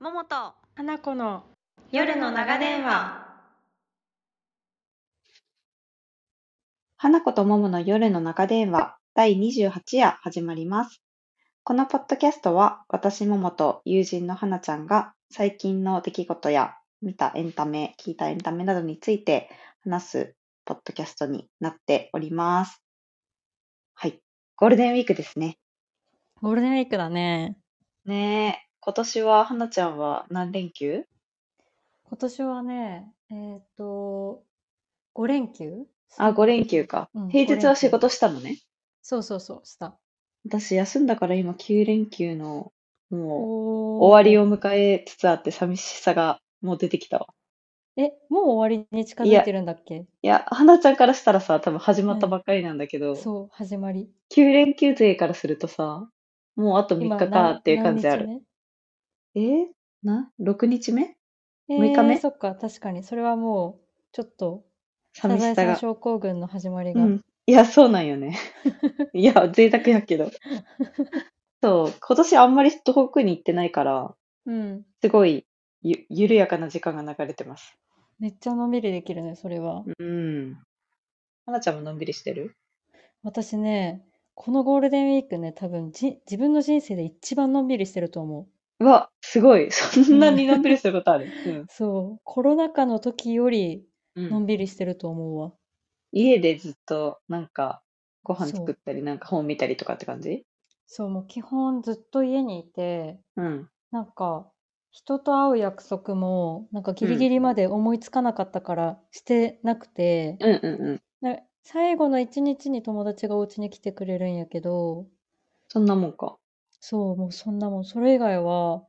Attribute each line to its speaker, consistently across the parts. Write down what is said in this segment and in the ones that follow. Speaker 1: もと
Speaker 2: 花子の
Speaker 1: 夜の長電話
Speaker 3: 花子と桃の夜の中電話第28夜始まります。このポッドキャストは私桃と友人の花ちゃんが最近の出来事や見たエンタメ、聞いたエンタメなどについて話すポッドキャストになっております。はい。ゴールデンウィークですね。
Speaker 2: ゴールデンウィークだね。
Speaker 3: ねえ、今年は花ちゃんは何連休
Speaker 2: 今年はね、えっ、と、5連休
Speaker 3: あ、5連休か。
Speaker 2: うん
Speaker 3: 平日は仕
Speaker 2: 五連休
Speaker 3: 事したのね。
Speaker 2: そうそうそう、した。
Speaker 3: 私休んだから今9連休のもう終
Speaker 2: 終
Speaker 3: わりを迎えつつあって寂しさがもう出てきたわ。
Speaker 2: え、もう終わりに近づいてるんだっけ
Speaker 3: いや、花ちゃんからしたらさ、多分始まったばっかりなんだけど、
Speaker 2: そう、始まり。
Speaker 3: 9連休勢からするとさ、もうあと3日か
Speaker 2: 何
Speaker 3: っていう感じある。
Speaker 2: 何日
Speaker 3: えーな ?6 日目
Speaker 2: 目
Speaker 3: 六日目
Speaker 2: えーそっか、確かに。それはもう、ちょっと、サ
Speaker 3: 寂
Speaker 2: ザエ
Speaker 3: しさ
Speaker 2: さん
Speaker 3: が。
Speaker 2: 症候群の始まり
Speaker 3: う
Speaker 2: が。
Speaker 3: ん。いや、そうなん よね。いや、贅沢やけど。そう、今年あんまり遠くに行ってないから、
Speaker 2: うん。
Speaker 3: すごいゆ緩やかな時間が流れてます。
Speaker 2: めっちゃのんびりできるね、それは。
Speaker 3: うん。花ちゃんものんびりしてる
Speaker 2: 私ね、このゴールデンウィークね、多分じ、自分の人生で一番のんびりしてると思う。
Speaker 3: うわ、すごい。 そんなにのんびりすることある、うん
Speaker 2: そう、コロナ禍の時より
Speaker 3: うん
Speaker 2: のんびりしてると思うわ。
Speaker 3: 家でずっとなんかご
Speaker 2: そ
Speaker 3: 飯
Speaker 2: う
Speaker 3: 作ったりなんか本見たりとかって感じ
Speaker 2: そう、もう基本ずっと家にいて、
Speaker 3: うん。
Speaker 2: なんか人と会う約束もなんかギリギリまで思いつかなかったからしてなくて、
Speaker 3: うんうんうん。
Speaker 2: な最後の一日に友達がお家に来てくれるんやけど、
Speaker 3: そんなもんか。
Speaker 2: そう、もうそんなもん、それ以外は、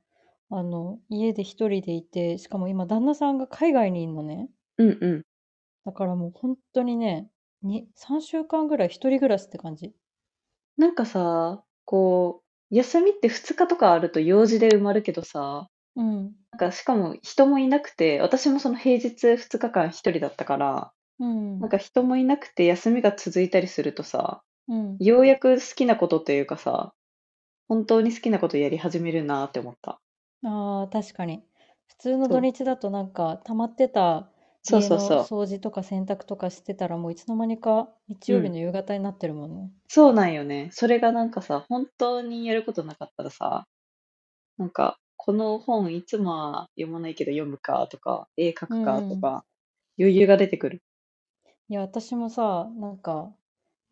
Speaker 2: あの、家で一人でいて、しかも今旦那さんが海外にいるのね。
Speaker 3: うんうん。
Speaker 2: だからもう本当にね、に3週間ぐらい一人暮らしって感じ。
Speaker 3: なんかさ、こう、休みって2日とかあると用事で埋まるけどさ、
Speaker 2: うん、
Speaker 3: なんかしかも人もいなくて、私もその平日2日間一人だったから、
Speaker 2: うん、
Speaker 3: なんか人もいなくて休みが続いたりするとさ、
Speaker 2: うん、
Speaker 3: ようやく好きなことというかさ、本当に好きなことやり始めるなって思った。
Speaker 2: ああ、確かに。普通の
Speaker 3: そう
Speaker 2: 土日だとなんか溜まってた
Speaker 3: そう
Speaker 2: 家
Speaker 3: そうそう
Speaker 2: の。掃除とか洗濯とかしてたらもういつの間にか日曜日の夕方になってるもんね。
Speaker 3: そうなんよね。それがなんかさ、本当にやることなかったらさ、なんか、この本いつもは読まないけど読むかとか、絵描くか
Speaker 2: うんう
Speaker 3: と
Speaker 2: ん
Speaker 3: か、余裕が出てくる。
Speaker 2: いや、私もさ、なんか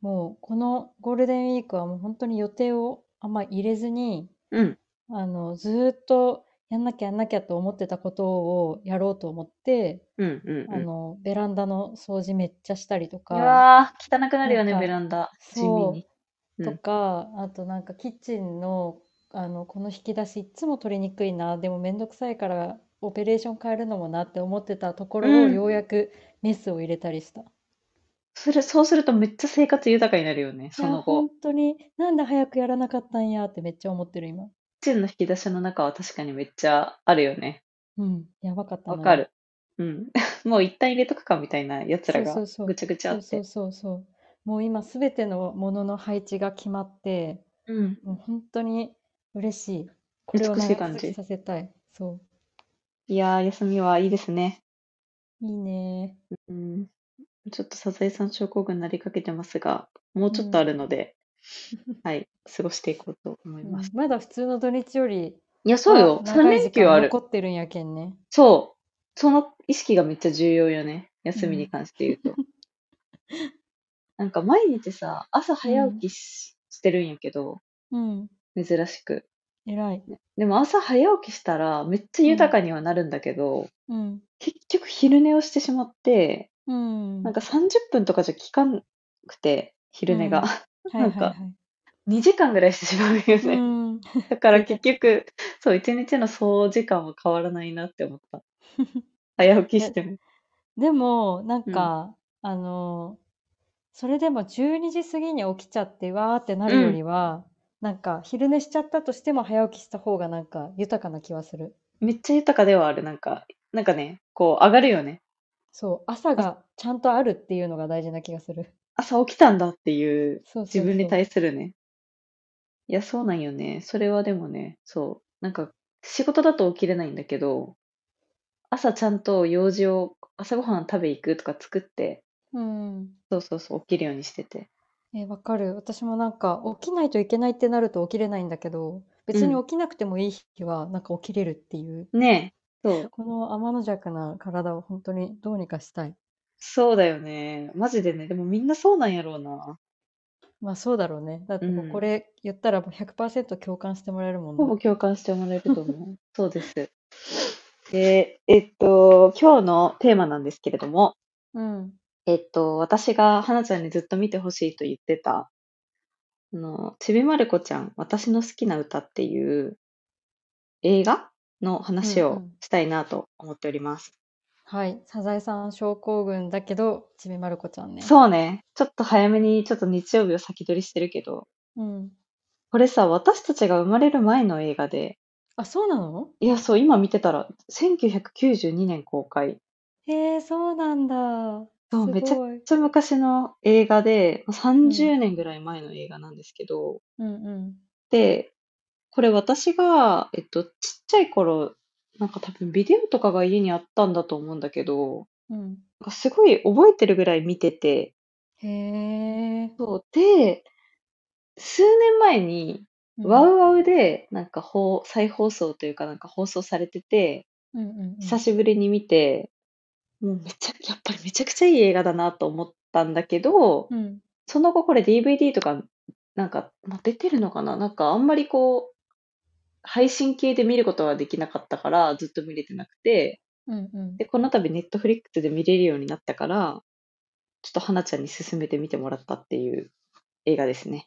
Speaker 2: もうこのゴールデンウィークはもう本当に予定をあんま入れずに、
Speaker 3: うん。
Speaker 2: あの、ずーっとやんなきゃやんなきゃと思ってたことをやろうと思って、
Speaker 3: うんうん
Speaker 2: あ
Speaker 3: うん。
Speaker 2: の、ベランダの掃除めっちゃしたりと
Speaker 3: う
Speaker 2: か、
Speaker 3: わー、汚くなるよね、
Speaker 2: なんか
Speaker 3: ベランダ。地味
Speaker 2: そう
Speaker 3: に。う
Speaker 2: と
Speaker 3: ん
Speaker 2: か、あとなんかキッチンの、あの、この引き出しいっつも取りにくいな、でもめんどくさいからオペレーション変えるのもなって思ってたところを
Speaker 3: うん
Speaker 2: ようやくメスを入れたりした。い
Speaker 3: それ、そうするとめっちゃ生活豊かになるよね、そ
Speaker 2: や、
Speaker 3: の後。
Speaker 2: 本当になんで早くやらなかったんやってめっちゃ思ってる今。
Speaker 3: キッチンの引き出しの中は確かにめっちゃあるよね。
Speaker 2: うん、やばかった
Speaker 3: わ
Speaker 2: な。
Speaker 3: かる。うん。 もう一旦入れとくかみたいなやつ
Speaker 2: そ
Speaker 3: らが
Speaker 2: うそうそう
Speaker 3: ぐちゃぐちゃあっ
Speaker 2: そ
Speaker 3: て
Speaker 2: う。そうそうそう。もう今すべてのものの配置が決まって、
Speaker 3: うん。
Speaker 2: もう本当に嬉しい。これを
Speaker 3: 美しい
Speaker 2: 長
Speaker 3: 感
Speaker 2: 続き
Speaker 3: じ
Speaker 2: させたい。そ
Speaker 3: いやー、休みはいいですね。
Speaker 2: う。いいね。
Speaker 3: うん、ちょっとサザエさん症候群になりかけてますが、もうちょっと
Speaker 2: うん
Speaker 3: ある ので、はい、過ごしていこうと思い
Speaker 2: うん
Speaker 3: ます。
Speaker 2: まだ普通の土日より
Speaker 3: いや、そうよ。
Speaker 2: まあ
Speaker 3: 3
Speaker 2: 長い時
Speaker 3: 連休
Speaker 2: 間
Speaker 3: ある。
Speaker 2: 残ってるんやけんね。
Speaker 3: そう。その意識がめっちゃ重要よね。休みに関して言う と。なんか毎日さ、朝早起きし,、してるんやけど、
Speaker 2: うん。
Speaker 3: 珍しく。
Speaker 2: 偉い。
Speaker 3: でも朝早起きしたらめっちゃ豊かにはなるんだけど、
Speaker 2: うん。
Speaker 3: 結局昼寝をしてしまって、
Speaker 2: うん。
Speaker 3: なんか30分とかじゃ効かなくて、昼寝が。
Speaker 2: はいはい
Speaker 3: な
Speaker 2: は
Speaker 3: ん
Speaker 2: い。
Speaker 3: 2時間ぐらいしてしまうよ
Speaker 2: う
Speaker 3: ね。
Speaker 2: ん。
Speaker 3: だから結局、そう、一日の総時間は変わらないなって思 った。早起きしても。
Speaker 2: でも、なんか、あの、それでも12時過ぎに起きちゃって、わーってなるよりは、なんか、昼寝しちゃったとしても早起きした方がなんか豊かな気はする。
Speaker 3: めっちゃ豊かではある。なんか、なんかね、こう、上がるよね。
Speaker 2: そう、朝がちゃんとあるっていうのが大事な気がする。
Speaker 3: 朝起きたんだっていう
Speaker 2: そうそう
Speaker 3: 自分に
Speaker 2: そう。
Speaker 3: 対するね。いや、そうなんよね。それはでもね、そう。なんか、仕事だと起きれないんだけど、朝ちゃんと用事を、朝ごはん食べ行くとか作って、
Speaker 2: うん。
Speaker 3: そうそうそう、起きるようにしてて。
Speaker 2: え、わかる。私もなんか、起きないといけないってなると起きれないんだけど、別に
Speaker 3: うん
Speaker 2: 起きなくてもいい日は、なんか起きれるっていう、
Speaker 3: ねえ、そう。
Speaker 2: この天の弱な体を本当にどうにかしたい。
Speaker 3: そうだよね。マジでね。でもみんなそうなんやろうな。
Speaker 2: まあそうだろうね。だってもううんこれ言ったらもう100%共感してもらえるもん
Speaker 3: ほ
Speaker 2: ね。
Speaker 3: ぼ共感してもらえる と思う。そうです。で、えっと、今日のテーマなんですけれども、
Speaker 2: うん。
Speaker 3: えっと、私が花ちゃんにずっと見てほしいと言ってた、あの、ちびまる子ちゃん、私の好きな歌っていう映画の話
Speaker 2: うんう
Speaker 3: を
Speaker 2: ん
Speaker 3: したいなと思っております。
Speaker 2: はい。サザエさん症候群だけど、ちびまる子ちゃんね。
Speaker 3: そうね。ちょっと早めに、ちょっと日曜日を先取りしてるけど、
Speaker 2: うん。
Speaker 3: これさ、私たちが生まれる前の映画で、
Speaker 2: あ、そうなの
Speaker 3: いや、そう、今見てたら、1992年公開。
Speaker 2: へえ、そうなんだ。
Speaker 3: そう、
Speaker 2: す
Speaker 3: めちゃく
Speaker 2: ごい。
Speaker 3: ちゃ昔の映画で、まあ30年ぐらい前の映画なんですけど、
Speaker 2: うんうん。
Speaker 3: で、これ私が、えっと、ちっちゃい頃、なんか多分ビデオとかが家にあったんだと思うんだけど、
Speaker 2: うん。
Speaker 3: なんかすごい覚えてるぐらい見てて、
Speaker 2: へえ。
Speaker 3: そう、で、数年前に、
Speaker 2: うん
Speaker 3: ワウワウで、なんか放、再放送というかなんか放送されてて、
Speaker 2: うんうんうん。
Speaker 3: 久しぶりに見て、もうめちゃ、やっぱりめちゃくちゃいい映画だなと思ったんだけど、
Speaker 2: うん。
Speaker 3: その後これ DVD とか、なんか、まあ、出てるのかななんかあんまりこう、配信系で見ることはできなかったから、ずっと見れてなくて、
Speaker 2: うんうん
Speaker 3: で、。この度ネットフリックスで見れるようになったから、ちょっと花ちゃんに勧めて見てもらったっていう映画ですね。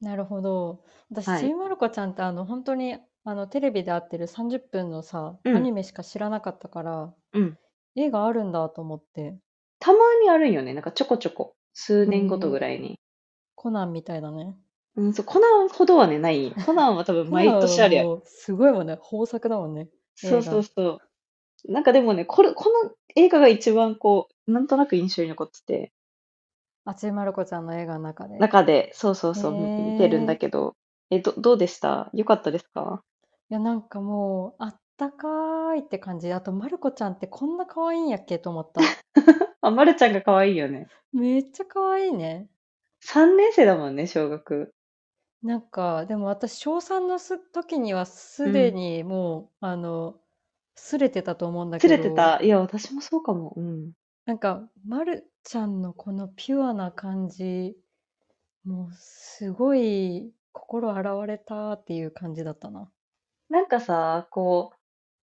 Speaker 2: なるほど。私、
Speaker 3: はい
Speaker 2: ちびまる子ちゃんってあの本当にあのテレビで会ってる30分のさ、
Speaker 3: うん
Speaker 2: アニメしか知らなかったから、
Speaker 3: うん
Speaker 2: 絵があるんだと思って、
Speaker 3: たまにあるんよね。なんかちょこちょこ。数年ごとぐらいに。
Speaker 2: コナンみたいだね。
Speaker 3: うん、そう、コナンほどはね、ないんよ。コナンは多分毎年あるやん
Speaker 2: コナンはもうすごいもんね。豊作だもんね。映
Speaker 3: そ
Speaker 2: 画
Speaker 3: うそうそう。なんかでもね、これ、この映画が一番こう、なんとなく印象に残ってて、
Speaker 2: あちびまる子ちゃんの映画の中で。
Speaker 3: 中で、そうそうそう、
Speaker 2: へー
Speaker 3: 見てるんだけど、え、ど、どうでしたよかったですか
Speaker 2: いや、なんかもう、あったかーいって感じ。あと、まる子ちゃんってこんな可愛いんやっけと思 った。
Speaker 3: あ、まるちゃんが可愛いよね。
Speaker 2: めっちゃ可愛いね。
Speaker 3: 3年生だもんね、小学。
Speaker 2: なんか、でも私、小3のす時にはすでにもう、あの、すれてたと思うんだ
Speaker 3: 釣
Speaker 2: け
Speaker 3: れて
Speaker 2: ど、
Speaker 3: た。いや、私もそうかも。うん。
Speaker 2: なんか、まるちゃんのこのピュアな感じ、もう、すごい、心洗われたっていう感じだったな。
Speaker 3: なんかさ、こう、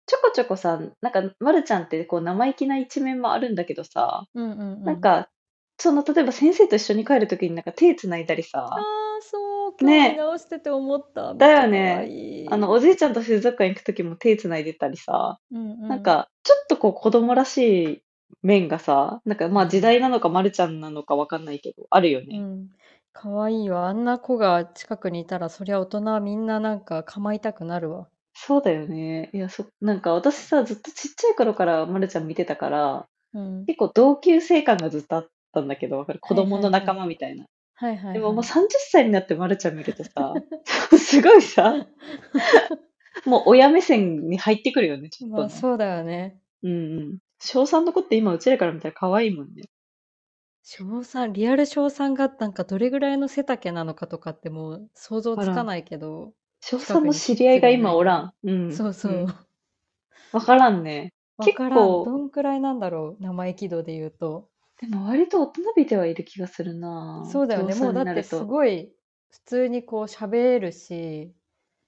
Speaker 3: ちょこちょこさ、なんか、まるちゃんってこう、生意気な一面もあるんだけどさ、
Speaker 2: うんうん
Speaker 3: なん
Speaker 2: うん。
Speaker 3: か、その、例えば先生と一緒に帰るときになんか手つないだりさ、
Speaker 2: ああ、そう、今日
Speaker 3: ね
Speaker 2: 見直してて思った。
Speaker 3: だ
Speaker 2: めっちゃ
Speaker 3: よね
Speaker 2: 可愛い
Speaker 3: あの、おじいちゃんと水族館行くときも手つないでたりさ、
Speaker 2: うんうん
Speaker 3: なんか、ちょっとこう子供らしい面がさ、なんかまあ時代なのかまるちゃんなのかわかんないけど、あるよ
Speaker 2: う
Speaker 3: ね。
Speaker 2: ん、かわいいわ。あんな子が近くにいたら、そりゃ大人はみんななんか構いたくなるわ。
Speaker 3: そうだよね。いや、そ、なんか私さ、ずっとちっちゃい頃からまるちゃん見てたから、
Speaker 2: うん。
Speaker 3: 結構同級生感がずっとあったんだけど、わかる
Speaker 2: は
Speaker 3: 子
Speaker 2: いはい
Speaker 3: 供の仲間みたいな。
Speaker 2: はいはい
Speaker 3: でもも
Speaker 2: は
Speaker 3: う
Speaker 2: い。
Speaker 3: 30歳になってまるちゃん見るとさ、 すご いさ、もう親目線に入ってくるよね、ちょっと
Speaker 2: まあ
Speaker 3: ね
Speaker 2: そうだよね。
Speaker 3: うんうん。小3の子って今うちらから見たら可愛いもんね。
Speaker 2: 小三、リアル小三がなんかどれぐらいの背丈なのかとかってもう想像つかないけど、
Speaker 3: 翔
Speaker 2: 近
Speaker 3: さん
Speaker 2: く
Speaker 3: の
Speaker 2: に
Speaker 3: 知り合いが今おら
Speaker 2: 知
Speaker 3: ん。うん。
Speaker 2: そうそ
Speaker 3: ん
Speaker 2: う。。
Speaker 3: わからんね。
Speaker 2: わ
Speaker 3: 結
Speaker 2: からん。
Speaker 3: 構
Speaker 2: どんくらいなんだろう。生意気度で言うと。
Speaker 3: でも割と大人びてはいる気がするなぁ
Speaker 2: そうだよね。も
Speaker 3: 小三
Speaker 2: う
Speaker 3: に
Speaker 2: だ
Speaker 3: な
Speaker 2: って
Speaker 3: る
Speaker 2: す
Speaker 3: と。
Speaker 2: ごい普通にこう喋るし。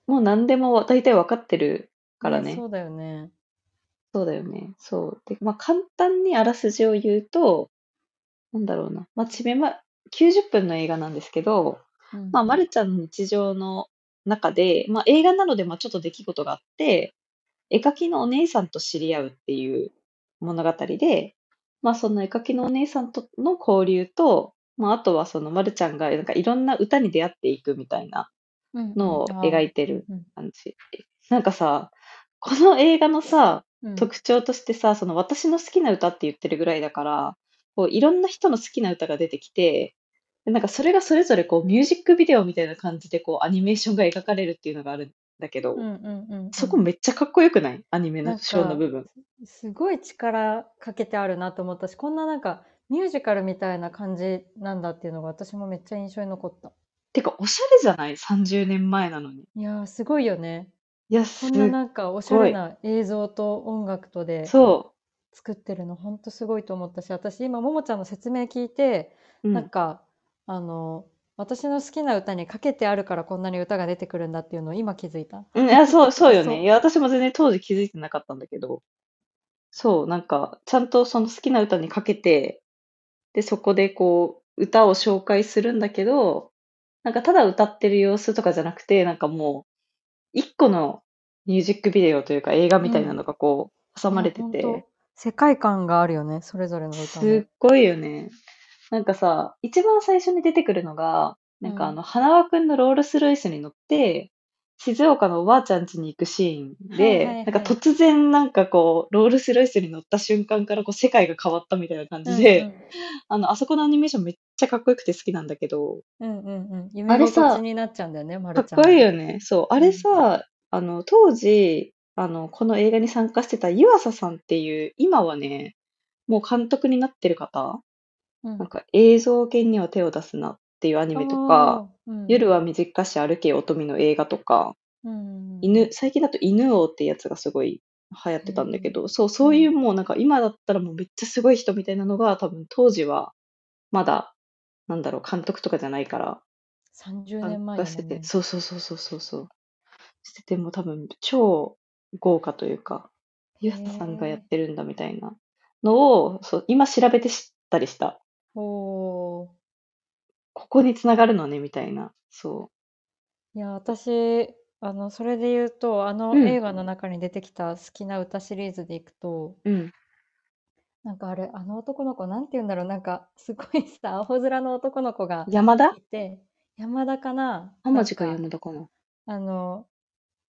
Speaker 3: もう何でも大体わかってるからね。
Speaker 2: そうだよね。
Speaker 3: そうだよね。そう。で、まあ簡単にあらすじを言うと、なんだろうな。まあ、ちびま、90分の映画なんですけど、
Speaker 2: うん
Speaker 3: まあ、まるちゃんの日常の中で、まあ、映画なので、まあ、ちょっと出来事があって、絵描きのお姉さんと知り合うっていう物語で、まあ、その絵描きのお姉さんとの交流と、まあ、あとはそのまるちゃんがなんかいろんな歌に出会っていくみたいな
Speaker 2: うん
Speaker 3: のを描いてる
Speaker 2: うん
Speaker 3: 感じ。なんかさ、この映画のさ、
Speaker 2: うん
Speaker 3: 特徴としてさ、その私の好きな歌って言ってるぐらいだから、こういろんな人の好きな歌が出てきて、でなんかそれがそれぞれこうミュージックビデオみたいな感じでこうアニメーションが描かれるっていうのがあるだけど、
Speaker 2: うんうんうんうん
Speaker 3: そこめっちゃかっこよくないアニメ
Speaker 2: なん
Speaker 3: の
Speaker 2: か
Speaker 3: ショーの部分。
Speaker 2: すごい力かけてあるなと思ったし、こんななんかミュージカルみたいな感じなんだっていうのが私もめっちゃ印象に残った。
Speaker 3: てか、おしゃれじゃない ?30 年前なのに。
Speaker 2: いやー、すごいよね。
Speaker 3: いや、
Speaker 2: こ
Speaker 3: す
Speaker 2: んななんかおしゃれな映像と音楽とで
Speaker 3: そ
Speaker 2: 作ってるのほんとすごいと思ったし、私今ももちゃんの説明聞いて、
Speaker 3: う。うん
Speaker 2: なんか、あの、私の好きな歌にかけてあるからこんなに歌が出てくるんだっていうのを今気づいた。
Speaker 3: うん、いや、そう、そうよ
Speaker 2: そう
Speaker 3: ね。いや、私も全然当時気づいてなかったんだけど、そう、なんか、ちゃんとその好きな歌にかけて、で、そこでこう、歌を紹介するんだけど、なんかただ歌ってる様子とかじゃなくて、なんかもう、一個のミュージックビデオというか映画みたいなのがこう、挟まれて
Speaker 2: いやほん
Speaker 3: て
Speaker 2: と、世界観があるよね、それぞれの歌
Speaker 3: す
Speaker 2: の
Speaker 3: っ。ごいよね。なんかさ、一番最初に出てくるのが、なんかあの、花輪くんのロールスロイスに乗って、静岡のおばあちゃん家に行くシーンで、
Speaker 2: はいはいはい
Speaker 3: なんか突然なんかこう、ロールスロイスに乗った瞬間からこう世界が変わったみたいな感じで、あの、あそこのアニメーションめっちゃかっこよくて好きなんだけど、
Speaker 2: うんうんうんうん。
Speaker 3: あ
Speaker 2: 夢
Speaker 3: れ
Speaker 2: ご
Speaker 3: さ
Speaker 2: とちになっちゃうんだよね、ま
Speaker 3: か
Speaker 2: る
Speaker 3: っ
Speaker 2: ちゃんが。
Speaker 3: こいいよね。そう。あれさ、
Speaker 2: う
Speaker 3: あの、当時、あの、この映画に参加してた湯浅さんっていう、今はね、もう監督になってる方
Speaker 2: うん
Speaker 3: なんか映像系には手を出すなっていうアニメとか、、
Speaker 2: あーうん
Speaker 3: 夜は短し歩け乙女の映画とか、
Speaker 2: うんうん
Speaker 3: 犬、最近だと犬王ってやつがすごい流行ってたんだけど、そう、そういうもうなんか今だったらもうめっちゃすごい人みたいなのが多分当時はまだ、なんだろう、監督とかじゃないから、
Speaker 2: 30
Speaker 3: 参
Speaker 2: 年前
Speaker 3: 加
Speaker 2: だ
Speaker 3: して
Speaker 2: もん
Speaker 3: て、
Speaker 2: ね。
Speaker 3: そうそうそうそうそうそう、しててもう多分超豪華というか、ゆうさんがやってるんだみたいなのを、そう、今調べて知ったりした。
Speaker 2: おー
Speaker 3: ここにつながるのねみたいな。そ
Speaker 2: いや、私、あの、それで言うと、あの
Speaker 3: うん
Speaker 2: 映画の中に出てきた好きな歌シリーズでいくと、
Speaker 3: う。うん。
Speaker 2: なんかあれ、あの男の子、なんて言うんだろう、なんか、すごいさ、青空の男の子が
Speaker 3: 山田
Speaker 2: いて、山田かな、
Speaker 3: 浜地か
Speaker 2: なんか
Speaker 3: 山田かな。
Speaker 2: あの、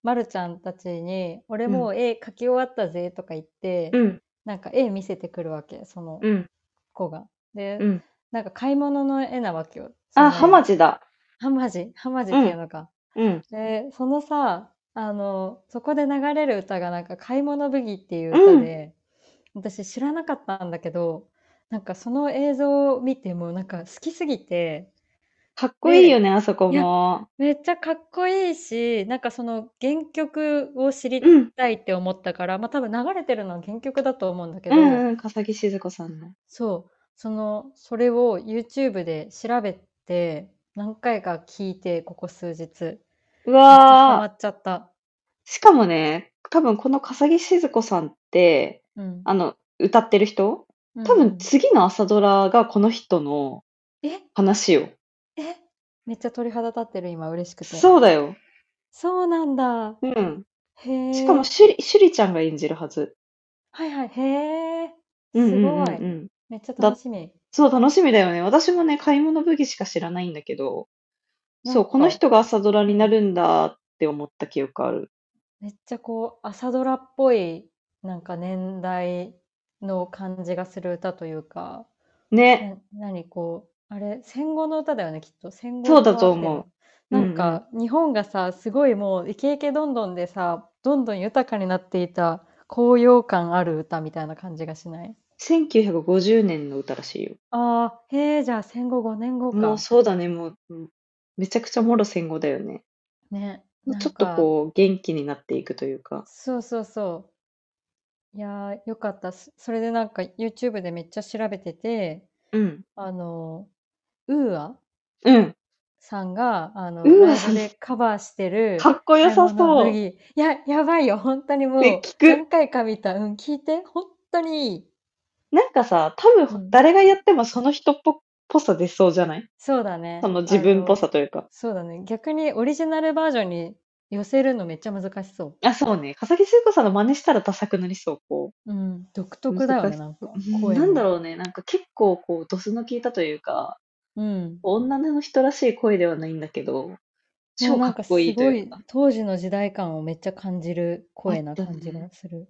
Speaker 2: まるちゃんたちに、俺もう絵描き終わったぜとか言って、
Speaker 3: うん。
Speaker 2: なんか絵見せてくるわけ、その
Speaker 3: うん。
Speaker 2: 子が。で、
Speaker 3: うん。
Speaker 2: なんか買い物の絵なわけよ。その
Speaker 3: あ、浜地だ。
Speaker 2: ハマジ、ハマジっていうのか。
Speaker 3: うん。
Speaker 2: で、そのさ、あの、そこで流れる歌がなんか、買い物ブギっていう歌で、私知らなかったんだけど、なんかその映像を見てもなんか好きすぎて、
Speaker 3: かっこいいよね、あそこも。
Speaker 2: めっちゃかっこいいし、なんかその原曲を知り
Speaker 3: うん。
Speaker 2: たいって思ったから、まあ多分流れてるのは原曲だと思うんだけど、
Speaker 3: うんうん。笠木静子さんの。
Speaker 2: そう、その、それを YouTube で調べて、何回か聞いて、ここ数日。めっち
Speaker 3: う
Speaker 2: ゃハマ
Speaker 3: わー。
Speaker 2: っちゃった。
Speaker 3: しかもね、多分この笠木静子さんって、
Speaker 2: うん。
Speaker 3: あの、歌ってる人多
Speaker 2: うんう
Speaker 3: 分
Speaker 2: ん
Speaker 3: 次の朝ドラがこの人の
Speaker 2: え
Speaker 3: 話よ。
Speaker 2: えめっちゃ鳥肌立ってる今嬉しくて。う。
Speaker 3: そうだよ。
Speaker 2: そうなんだ。
Speaker 3: うん。
Speaker 2: へえ。
Speaker 3: しかも、しゅり、しゅりちゃんが演じるはず。
Speaker 2: はいはい。へえ。
Speaker 3: うんうんうんうん
Speaker 2: すごいめっちゃ楽しみ。
Speaker 3: そう、楽しみだよね。私もね、買い物武器しか知らないんだけど、
Speaker 2: なん
Speaker 3: そう、
Speaker 2: か
Speaker 3: この人が朝ドラになるんだって思った記憶ある。
Speaker 2: めっちゃこう、朝ドラっぽい、なんか年代の感じがする歌というか、
Speaker 3: ね。
Speaker 2: な、何こう、あれ、戦後の歌だよね、きっと。戦後
Speaker 3: そ
Speaker 2: の
Speaker 3: うだ
Speaker 2: 歌
Speaker 3: と
Speaker 2: ってい
Speaker 3: 思う
Speaker 2: のなんか、日本がさ、すごいもう、イケイケどんどんでさ、どんどん豊かになっていた、高揚感ある歌みたいな感じがしない
Speaker 3: 1950年の歌らしいよ。
Speaker 2: ああ、へえ、じゃあ戦後5年後
Speaker 3: も
Speaker 2: か
Speaker 3: う。そうだね、もう、うんめちゃくちゃもろ戦後だよね。
Speaker 2: ね。なん
Speaker 3: ちょっと
Speaker 2: か、
Speaker 3: こう、元気になっていくというか。
Speaker 2: そうそうそう。いやー、よかったっす。それでなんか YouTube でめっちゃ調べてて、
Speaker 3: うん。
Speaker 2: あの、ウーア
Speaker 3: うん。
Speaker 2: さんが、あの、
Speaker 3: ウーア
Speaker 2: ライ
Speaker 3: さん
Speaker 2: ブでカバーしてる、
Speaker 3: かっこよさ
Speaker 2: 買い物
Speaker 3: そ
Speaker 2: の
Speaker 3: う。
Speaker 2: いや、やばいよ。本当にもう、
Speaker 3: え聞く
Speaker 2: 何回か見た。うん、聞いて。本当にいい。
Speaker 3: なんかさ、多
Speaker 2: う
Speaker 3: 分
Speaker 2: ん
Speaker 3: 誰がやってもその人っぽぽさ出そうじゃない
Speaker 2: そうだね。
Speaker 3: その自分っぽ
Speaker 2: あの。
Speaker 3: さというか。
Speaker 2: そうだね。逆にオリジナルバージョンに寄せるのめっちゃ難しそ
Speaker 3: あ、そうね。笠木聖子さんの真似したらダサくなりそう、こう。
Speaker 2: う。うん、独特だよね、
Speaker 3: 難し
Speaker 2: なんか。
Speaker 3: うん
Speaker 2: 声
Speaker 3: なん
Speaker 2: も
Speaker 3: だろうね、なんか結構こう、ドスの効いたというか、
Speaker 2: うん。
Speaker 3: 女の人らしい声ではないんだけど、
Speaker 2: でも
Speaker 3: 超かっこいいとい
Speaker 2: な
Speaker 3: う
Speaker 2: ん
Speaker 3: か
Speaker 2: かすごい、当時の時代感をめっちゃ感じる声
Speaker 3: あっ
Speaker 2: な
Speaker 3: たね
Speaker 2: 感じがする。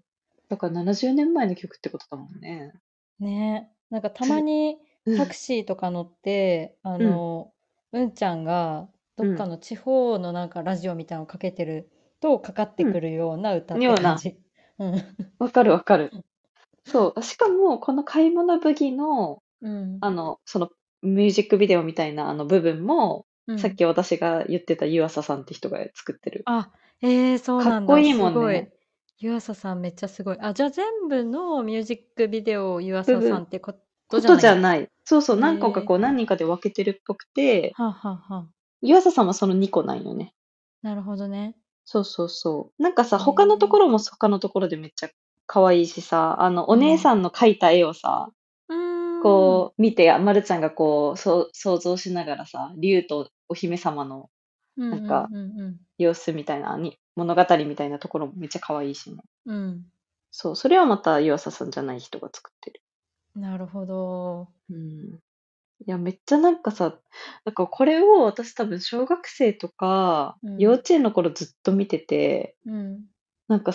Speaker 3: だから70年前の曲ってことだもんね。
Speaker 2: ねえ。なんかたまに
Speaker 3: うん
Speaker 2: タクシーとか乗って、あの、うんちゃんがどっかの地方のなんかラジオみたいなのかけてるとかかってくるような歌って感じ。うん。
Speaker 3: わかるわかる。そう。しかも、この買い物ブギの、
Speaker 2: うん
Speaker 3: あの、その、ミュージックビデオみたいなあの部分も、
Speaker 2: うん
Speaker 3: さっき私が言ってた湯浅さんって人が作ってる。
Speaker 2: あ、えー、そうなん
Speaker 3: かっこ
Speaker 2: だ。
Speaker 3: いいもん
Speaker 2: すご
Speaker 3: ね
Speaker 2: い。湯浅さんめっちゃすごい。あ、じゃあ全部のミュージックビデオを湯浅さんってこ
Speaker 3: こと
Speaker 2: じゃ
Speaker 3: とじゃ
Speaker 2: ない。
Speaker 3: ない。そうそう、
Speaker 2: へー
Speaker 3: 何個かこう、何人かで分けてるっぽくて、
Speaker 2: はあはあはあ。
Speaker 3: 湯浅さんはその2個なんよね。
Speaker 2: なるほどね。
Speaker 3: そうそうそう。なんかさ、
Speaker 2: へー
Speaker 3: 他のところも他のところでめっちゃ可愛いしさ、あの、お姉さんの描いた絵をさ、
Speaker 2: うーん。
Speaker 3: こう見て、まるちゃんがこう、そう想像しながらさ、竜とお姫様の
Speaker 2: う、
Speaker 3: なんか
Speaker 2: うんうん
Speaker 3: 様子みたいなに、物語みたいなところもめっちゃ可愛いしね。
Speaker 2: うんうん。
Speaker 3: そう、それはまた湯浅さんじゃない人が作ってる。
Speaker 2: うん。なるほど。
Speaker 3: うん。いや、めっちゃなんかさ、なんかこれを私多分小学生とか
Speaker 2: うん、
Speaker 3: 幼稚園の頃ずっと見てて、
Speaker 2: うん。
Speaker 3: なんか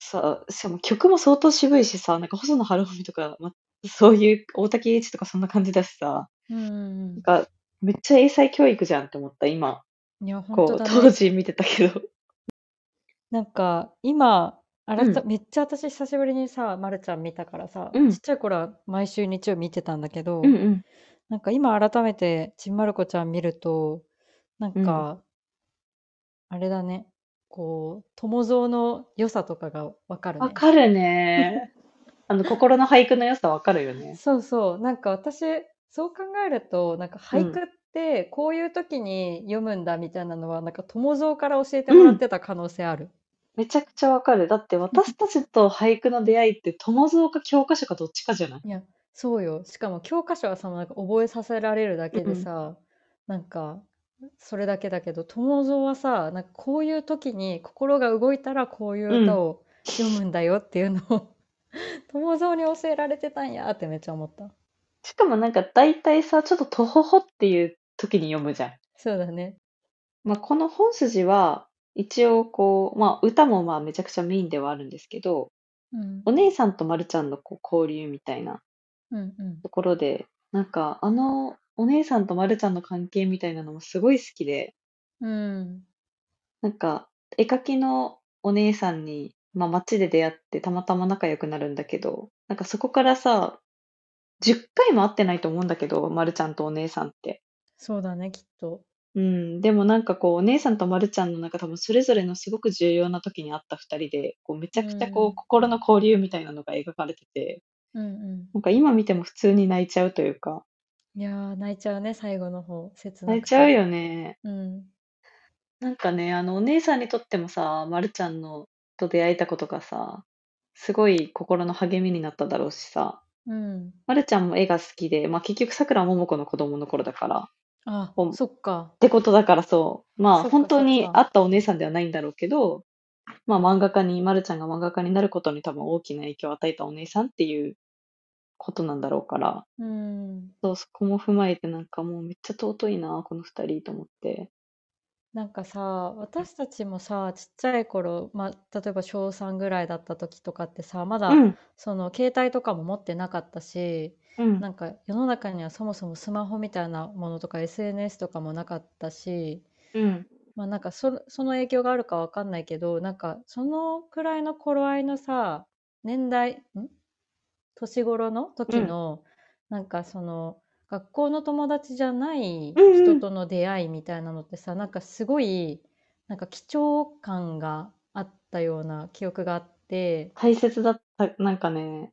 Speaker 3: さ、しかも曲も相当渋いしさ、なんか細野晴臣とか、ま、そういう大滝栄一とかそんな感じだしさ、
Speaker 2: うんうんう
Speaker 3: なんかめっちゃ英才教育じゃんって思った、今。
Speaker 2: ん。いや、本
Speaker 3: こ
Speaker 2: 当
Speaker 3: う、
Speaker 2: だね。
Speaker 3: 当時見てたけど。
Speaker 2: なんか今改
Speaker 3: うん
Speaker 2: めっちゃ私久しぶりにさ、ま、るちゃん見たからさ、
Speaker 3: うん
Speaker 2: ちっちゃい頃は毎週日曜見てたんだけど、
Speaker 3: うん。
Speaker 2: なんか今改めてちんまる子ちゃん見ると、なん
Speaker 3: うん
Speaker 2: か、あれだね、こう、友蔵の良さとかがわかる
Speaker 3: わ
Speaker 2: ね。
Speaker 3: かるね。あの、心の俳句の良さわかるよね。
Speaker 2: そうそう、なんか私、そう考えると、なんか俳句ってこういう時に読むんだみたいなのは、なんか友蔵から教えてもらってた可能性ある。
Speaker 3: めちゃくちゃわかる。だって私たちと俳句の出会いって友蔵か教科書かどっちかじゃない
Speaker 2: いや、そうよ。しかも教科書はさ、なんか覚えさせられるだけで
Speaker 3: うん
Speaker 2: さ、なんか、それだけだけど、友蔵はさ、なんかこういう時に心が動いたらこういう歌
Speaker 3: うん
Speaker 2: を読むんだよっていうのを 友蔵に教えられてたんやってめっちゃ思った。
Speaker 3: しかもなんか大体さ、ちょっととほほっていう時に読むじゃん。
Speaker 2: そうだね。
Speaker 3: まあ、この本筋は一応こう、まあ、歌もまあめちゃくちゃメインではあるんですけど
Speaker 2: うん。
Speaker 3: お姉さんとまるちゃんのこう交流みたいな
Speaker 2: うんうん。
Speaker 3: ところでなんかあのお姉さんとまるちゃんの関係みたいなのもすごい好きで
Speaker 2: うん。
Speaker 3: なんか絵描きのお姉さんに、まあ、街で出会ってたまたま仲良くなるんだけどなんかそこからさ10回も会ってないと思うんだけどまるちゃんとお姉さんって。
Speaker 2: そうだね、きっと。
Speaker 3: うん、でもなんかこうお姉さんとまるちゃんのなんか多分それぞれのすごく重要な時にあった二人でこうめちゃくちゃこ
Speaker 2: うん
Speaker 3: う心の交流みたいなのが描かれてて
Speaker 2: うんう
Speaker 3: なんか今見ても普通に泣いちゃうというか
Speaker 2: ん。いやー、泣いちゃうね、最後の方。切な
Speaker 3: 泣い
Speaker 2: く
Speaker 3: ちゃう
Speaker 2: て。
Speaker 3: よね
Speaker 2: うん。
Speaker 3: なんかねあのお姉さんにとってもさまるちゃんのと出会えたことがさすごい心の励みになっただろうしさ
Speaker 2: うん。
Speaker 3: まるちゃんも絵が好きで、まあ、結局さくらももこの子供の頃だからっ
Speaker 2: あ
Speaker 3: ほ、ん
Speaker 2: そっか。
Speaker 3: てことだからそう
Speaker 2: そっ
Speaker 3: まあ
Speaker 2: か
Speaker 3: 本当に
Speaker 2: そっか
Speaker 3: 会ったお姉さんではないんだろうけどまあ、漫画家に、ま、るちゃんが漫画家になることに多分大きな影響を与えたお姉さんっていうことなんだろうから、
Speaker 2: うん。
Speaker 3: そうそこも踏まえてなんかもうめっちゃ尊いな、この二人と思って。
Speaker 2: なんかさ、私たちもさ、ちっちゃい頃、まあ、例えば小3ぐらいだった時とかってさ、ま
Speaker 3: う
Speaker 2: だ
Speaker 3: ん、
Speaker 2: その携帯とかも持ってなかったし、
Speaker 3: うん、
Speaker 2: なんか世の中にはそもそもスマホみたいなものとか SNS とかもなかったし、
Speaker 3: うん、
Speaker 2: まあなんかそ、その影響があるかわかんないけど、なんかそのくらいの頃合いのさ、年代、ん年頃の時
Speaker 3: うん
Speaker 2: の、なんかその学校の友達じゃない
Speaker 3: うんうん
Speaker 2: 人との出会いみたいなのってさ、なんかすごい、なんか貴重感があったような記憶があって、
Speaker 3: 大切だった、なんかね、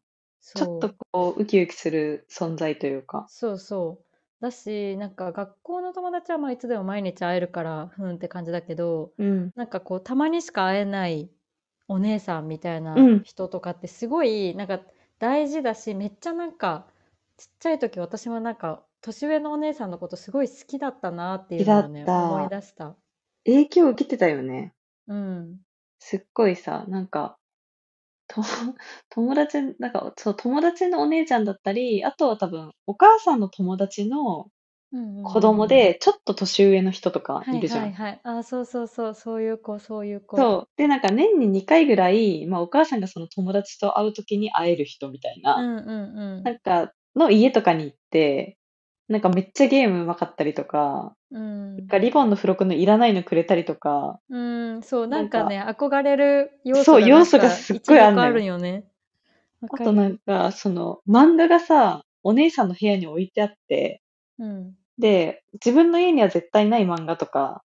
Speaker 3: ちょっ
Speaker 2: そ
Speaker 3: と
Speaker 2: う、
Speaker 3: こう、ウキウキする存在というか。
Speaker 2: そうそう。だし、なんか学校の友達はまあいつでも毎日会えるから、ふーんって感じだけど、
Speaker 3: うん、
Speaker 2: なんかこうたまにしか会えないお姉さんみたいな
Speaker 3: うん
Speaker 2: 人とかってすごいなんか大事だしめっちゃなんかちっちゃい時私もなんか年上のお姉さんのことすごい好きだったなっていうのをね
Speaker 3: 好きだった
Speaker 2: 思い出した。
Speaker 3: 影響を受けてたよね。
Speaker 2: うん。
Speaker 3: すっごいさ、なんか、と 友達、なんか、そう、友達のお姉ちゃんだったり、あとは多分、お母さんの友達の、
Speaker 2: うんうんうん
Speaker 3: 子供で、ちょっと年上の人とか
Speaker 2: はい
Speaker 3: る
Speaker 2: い
Speaker 3: じゃん。
Speaker 2: はいはい。あ、そうそうそう、そういう子、そういう子。
Speaker 3: そう。で、なんか年に2回ぐらい、まあお母さんがその友達と会う時に会える人みたいな、
Speaker 2: んうんうん。
Speaker 3: なんかの家とかに行って、なんかめっちゃゲームうまかったりとか、
Speaker 2: うん
Speaker 3: なんかリボンの付録のいらないのくれたりとか、
Speaker 2: うん、そう、
Speaker 3: な
Speaker 2: なんん
Speaker 3: か
Speaker 2: かね、憧れる要素
Speaker 3: そう
Speaker 2: が
Speaker 3: 要
Speaker 2: なん
Speaker 3: 素が
Speaker 2: か
Speaker 3: すっごいあんのよ
Speaker 2: 一部あるよね。わ
Speaker 3: あ
Speaker 2: か
Speaker 3: と
Speaker 2: る
Speaker 3: なんか、その漫画がさ、お姉さんの部屋に置いてあって、
Speaker 2: うん。
Speaker 3: で、自分の家には絶対ない漫画とか、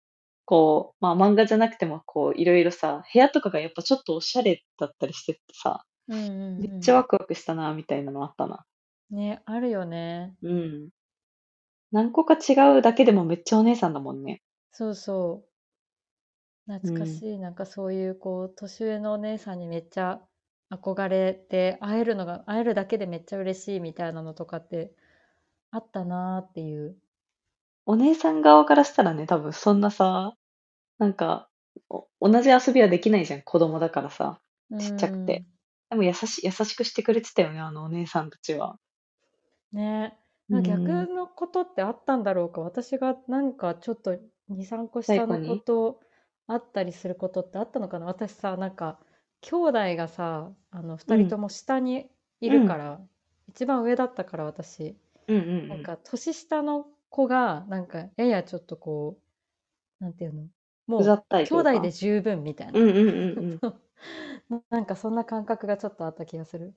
Speaker 3: こう、まあ漫画じゃなくても、こう、いろいろさ、部屋とかがやっぱちょっとおしゃれだったりしててさ、
Speaker 2: うんうん
Speaker 3: めっ
Speaker 2: うん
Speaker 3: ちゃワクワクしたな、みたいなのあったな。
Speaker 2: ね、あるよね。
Speaker 3: うん。何個か違うだけでもめっちゃお姉さんだもんね。
Speaker 2: そうそう。懐かしい。なんかそういう、こう、年上のお姉さんにめっちゃ憧れて、会えるのが、会えるだけでめっちゃ嬉しいみたいなのとかって、あったなーっていう。
Speaker 3: お姉さん側からしたらね、多分そんなさ、なんか、お同じ遊びはできないじゃん、子供だからさ。ちっちゃくてでも優し優しくしてくれてたよね、あのお姉さんたちは。
Speaker 2: うん。ね。
Speaker 3: うん
Speaker 2: 逆のことってあったんだろうか。私がなんかちょっと2、3個下のことあったりすることってあったのかな。私さ、なんか兄弟がさ、あの2人とも下にいるから、一番上だったから私、
Speaker 3: うんうんうん
Speaker 2: なんか年下の子がなんかややちょっとこう、なんていうの、も
Speaker 3: うざ
Speaker 2: う
Speaker 3: ったい
Speaker 2: 兄
Speaker 3: というか
Speaker 2: 弟で十分みたいな、
Speaker 3: うんうんうん
Speaker 2: なんかそんな感覚がちょっとあった気がする。
Speaker 3: で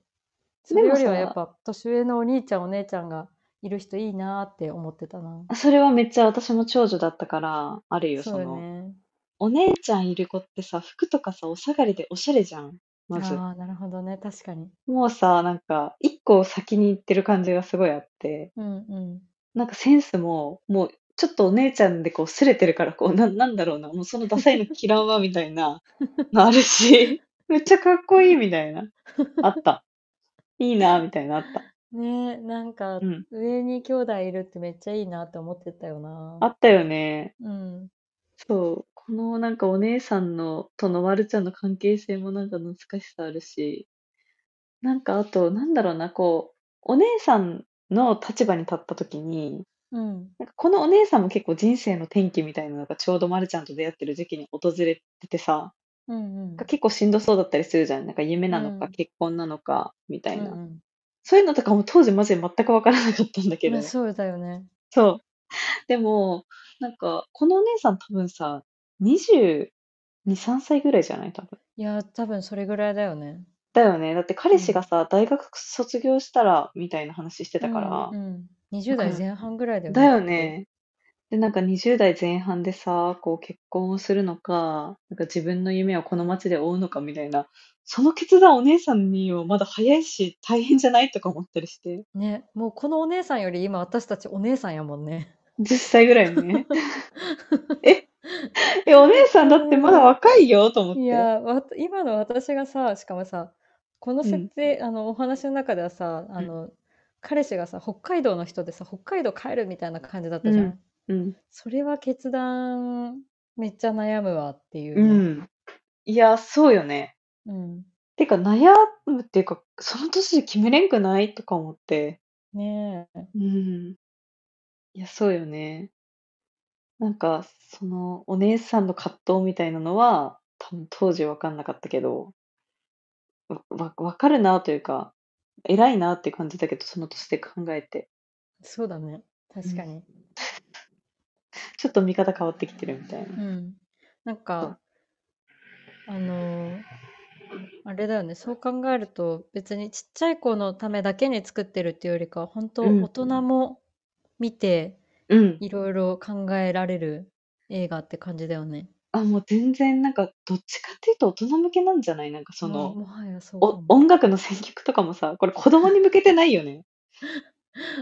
Speaker 2: そ
Speaker 3: も
Speaker 2: れ
Speaker 3: さ
Speaker 2: よりはやっぱ年上のお兄ちゃんお姉ちゃんがいる人いいなーって思ってたな。
Speaker 3: うん。それはめっちゃ私も長女だったから、あるよ、そ
Speaker 2: そうよ
Speaker 3: の。
Speaker 2: ね。
Speaker 3: お姉ちゃんいる子ってさ、服とかさ、お下がりでおしゃれじゃん、まず。
Speaker 2: ああ、なるほどね。確かに。
Speaker 3: もうさ、なんか、一個先に行ってる感じがすごいあって、
Speaker 2: うんうん。
Speaker 3: なんかセンスも、もう、ちょっとお姉ちゃんでこう、すれてるから、こう、なんなんだろうな、もうそのダサいの嫌うわ、みた いな、のあるし、めっちゃかっこいい、みたいな。あった。いいな、みたいな、あった。
Speaker 2: ねえ、なんか
Speaker 3: う、ん。
Speaker 2: 上に兄弟いるってめっちゃいいなって思ってたよな。
Speaker 3: あったよね。
Speaker 2: うん。
Speaker 3: そう。このなんかお姉さんのとのまるちゃんの関係性もなんか懐かしさあるし、なんかあと、なんだろうな、こう、お姉さんの立場に立った時に、
Speaker 2: うん。
Speaker 3: なんかこのお姉さんも結構人生の転機みたいなのがちょうどまるちゃんと出会ってる時期に訪れててさ、
Speaker 2: うんうん。
Speaker 3: なんか結構しんどそうだったりするじゃん。なんか夢なのか
Speaker 2: うん
Speaker 3: 結婚なのかみたいな。
Speaker 2: うんうん
Speaker 3: そういうのとかも当時マジで全くわからなかったんだけど
Speaker 2: まあ
Speaker 3: ね。
Speaker 2: そうだよね。
Speaker 3: そう。 でも、なんか、このお姉さん多分さ、22、3歳ぐらいじゃない多分。
Speaker 2: いや、多分それぐらいだよね。
Speaker 3: だよね。だって彼氏がさ、大学卒業したら、みたいな話してたから
Speaker 2: う。んうん。20代前半ぐらいだよね。
Speaker 3: だよ。ね。で、なんか20代前半でさ、こう結婚をするのか、なんか自分の夢をこの街で追うのかみたいな、その決断お姉さんにはまだ早いし、大変じゃないとか思ったりして。
Speaker 2: ね、もうこのお姉さんより今私たちお姉さんやもんね。
Speaker 3: 10歳ぐらいね。 え、 え、お姉さんだってまだ若いよと思って。
Speaker 2: いや、わた今の私がさ、しかもさ、この設定、あの、お話の中ではさ、あの、彼氏がさ、北海道の人でさ、北海道帰るみたいな感じだったじゃん。
Speaker 3: んうん。
Speaker 2: それは決断、めっちゃ悩むわっていううね。
Speaker 3: ん。いや、そうよね。
Speaker 2: うん。
Speaker 3: てか、悩むっていうか、その年で決めれんくないとか思って。
Speaker 2: ねえ。
Speaker 3: うん。いや、そうよね。なんか、その、お姉さんの葛藤みたいなのは、多分当時わかんなかったけど、わ、わわかるなというか、偉いなっていう感じだけど、その年で考えて、
Speaker 2: そうだね。確かに。
Speaker 3: ちょっと見方変わってきてるみたいな。
Speaker 2: うん。なんか、あのーあれだよね。そう考えると、別にちっちゃい子のためだけに作ってるっていうよりかは、本当
Speaker 3: うん
Speaker 2: 大人も見て、
Speaker 3: うん。
Speaker 2: いろいろ考えられる映画って感じだよね。
Speaker 3: あ、もう全然、なんか、どっちかっていうと大人向けなんじゃないなんかそ
Speaker 2: もう
Speaker 3: の、
Speaker 2: もはやそうか
Speaker 3: お、
Speaker 2: も。
Speaker 3: 音楽の選曲とかもさ、これ子供に向けてないよね。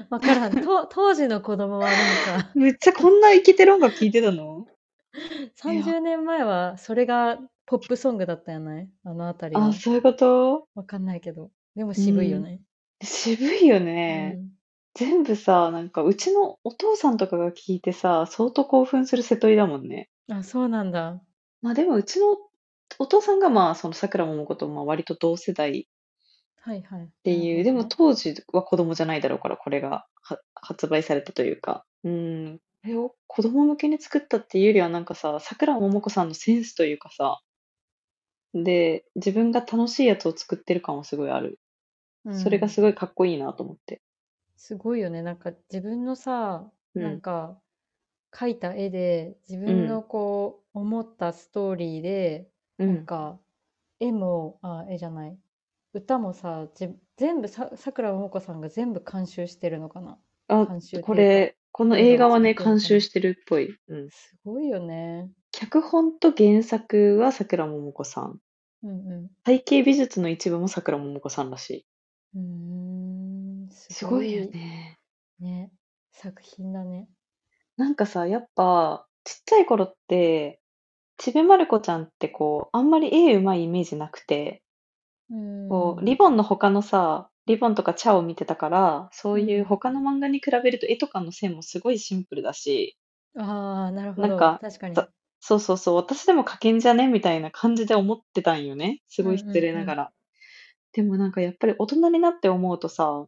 Speaker 2: わからん。と 当時の子供はなん か、
Speaker 3: めっちゃこんなイケてる音楽聴いてたの
Speaker 2: 30年前はそれがポップソングだったよね。あのあたりは
Speaker 3: あ、。そういうこと
Speaker 2: わかんないけど。でも渋いよね。
Speaker 3: 渋いよね。全部さ、なんかうちのお父さんとかが聞いてさ、相当興奮する瀬戸井だもんね。
Speaker 2: うんあ、そうなんだ。
Speaker 3: まあでもうちのお父さんがまあその桜桃子とまあ割と同世代っ
Speaker 2: はいはい。って
Speaker 3: いう、でも当時は子供じゃないだろうから、これがは発売されたというか。うん。これを子供向けに作ったっていうよりはなんかさ、桜桃子さんのセンスというかさ、で、自分が楽しいやつを作ってる感はすごいある。それがす
Speaker 2: ごい。
Speaker 3: ごいかっこいいなと思って。
Speaker 2: すごいよね。なんか自分のさ、
Speaker 3: うん
Speaker 2: なんか描いた絵で自分のこう思ったストーリーで、
Speaker 3: う
Speaker 2: なん
Speaker 3: ん。
Speaker 2: か絵も、あ、絵じゃない、歌もさ、じ全部さ、さくらももこさんが全部監修してるのかな。
Speaker 3: あ、
Speaker 2: 監修っ
Speaker 3: こ
Speaker 2: ていうか、
Speaker 3: れ、この
Speaker 2: 映
Speaker 3: 映
Speaker 2: 画
Speaker 3: 画
Speaker 2: を
Speaker 3: は
Speaker 2: 作っ
Speaker 3: ね、
Speaker 2: てるのか
Speaker 3: 監修
Speaker 2: な。
Speaker 3: してるっぽい。うん。
Speaker 2: すごいよね。
Speaker 3: 脚本と原作は桜ももこさん。
Speaker 2: うんう
Speaker 3: 背景美術の一部も桜ももこさんらしい。
Speaker 2: ん。うーん、す
Speaker 3: す
Speaker 2: ご
Speaker 3: ごいよ
Speaker 2: い
Speaker 3: ね。
Speaker 2: ね、作品だね。
Speaker 3: なんかさ、やっぱ、ちっちゃい頃って、ちびまる子ちゃんってこう、あんまり絵うまいイメージなくて、
Speaker 2: う
Speaker 3: こう、
Speaker 2: ん、。
Speaker 3: リボンの他のさ、リボンとかチャを見てたから、そうういうん他の漫画に比べると絵とかの線もすごいシンプルだし、
Speaker 2: ああ、なるほ
Speaker 3: なん
Speaker 2: ど。
Speaker 3: か、
Speaker 2: 確かに。
Speaker 3: そそうそうそう、私でも書けんじゃねみたいな感じで思ってたんよね。す
Speaker 2: う
Speaker 3: ごい
Speaker 2: ん
Speaker 3: 失礼
Speaker 2: う
Speaker 3: なが
Speaker 2: ん
Speaker 3: ら。でもなんかやっぱり大人になって思うとさ、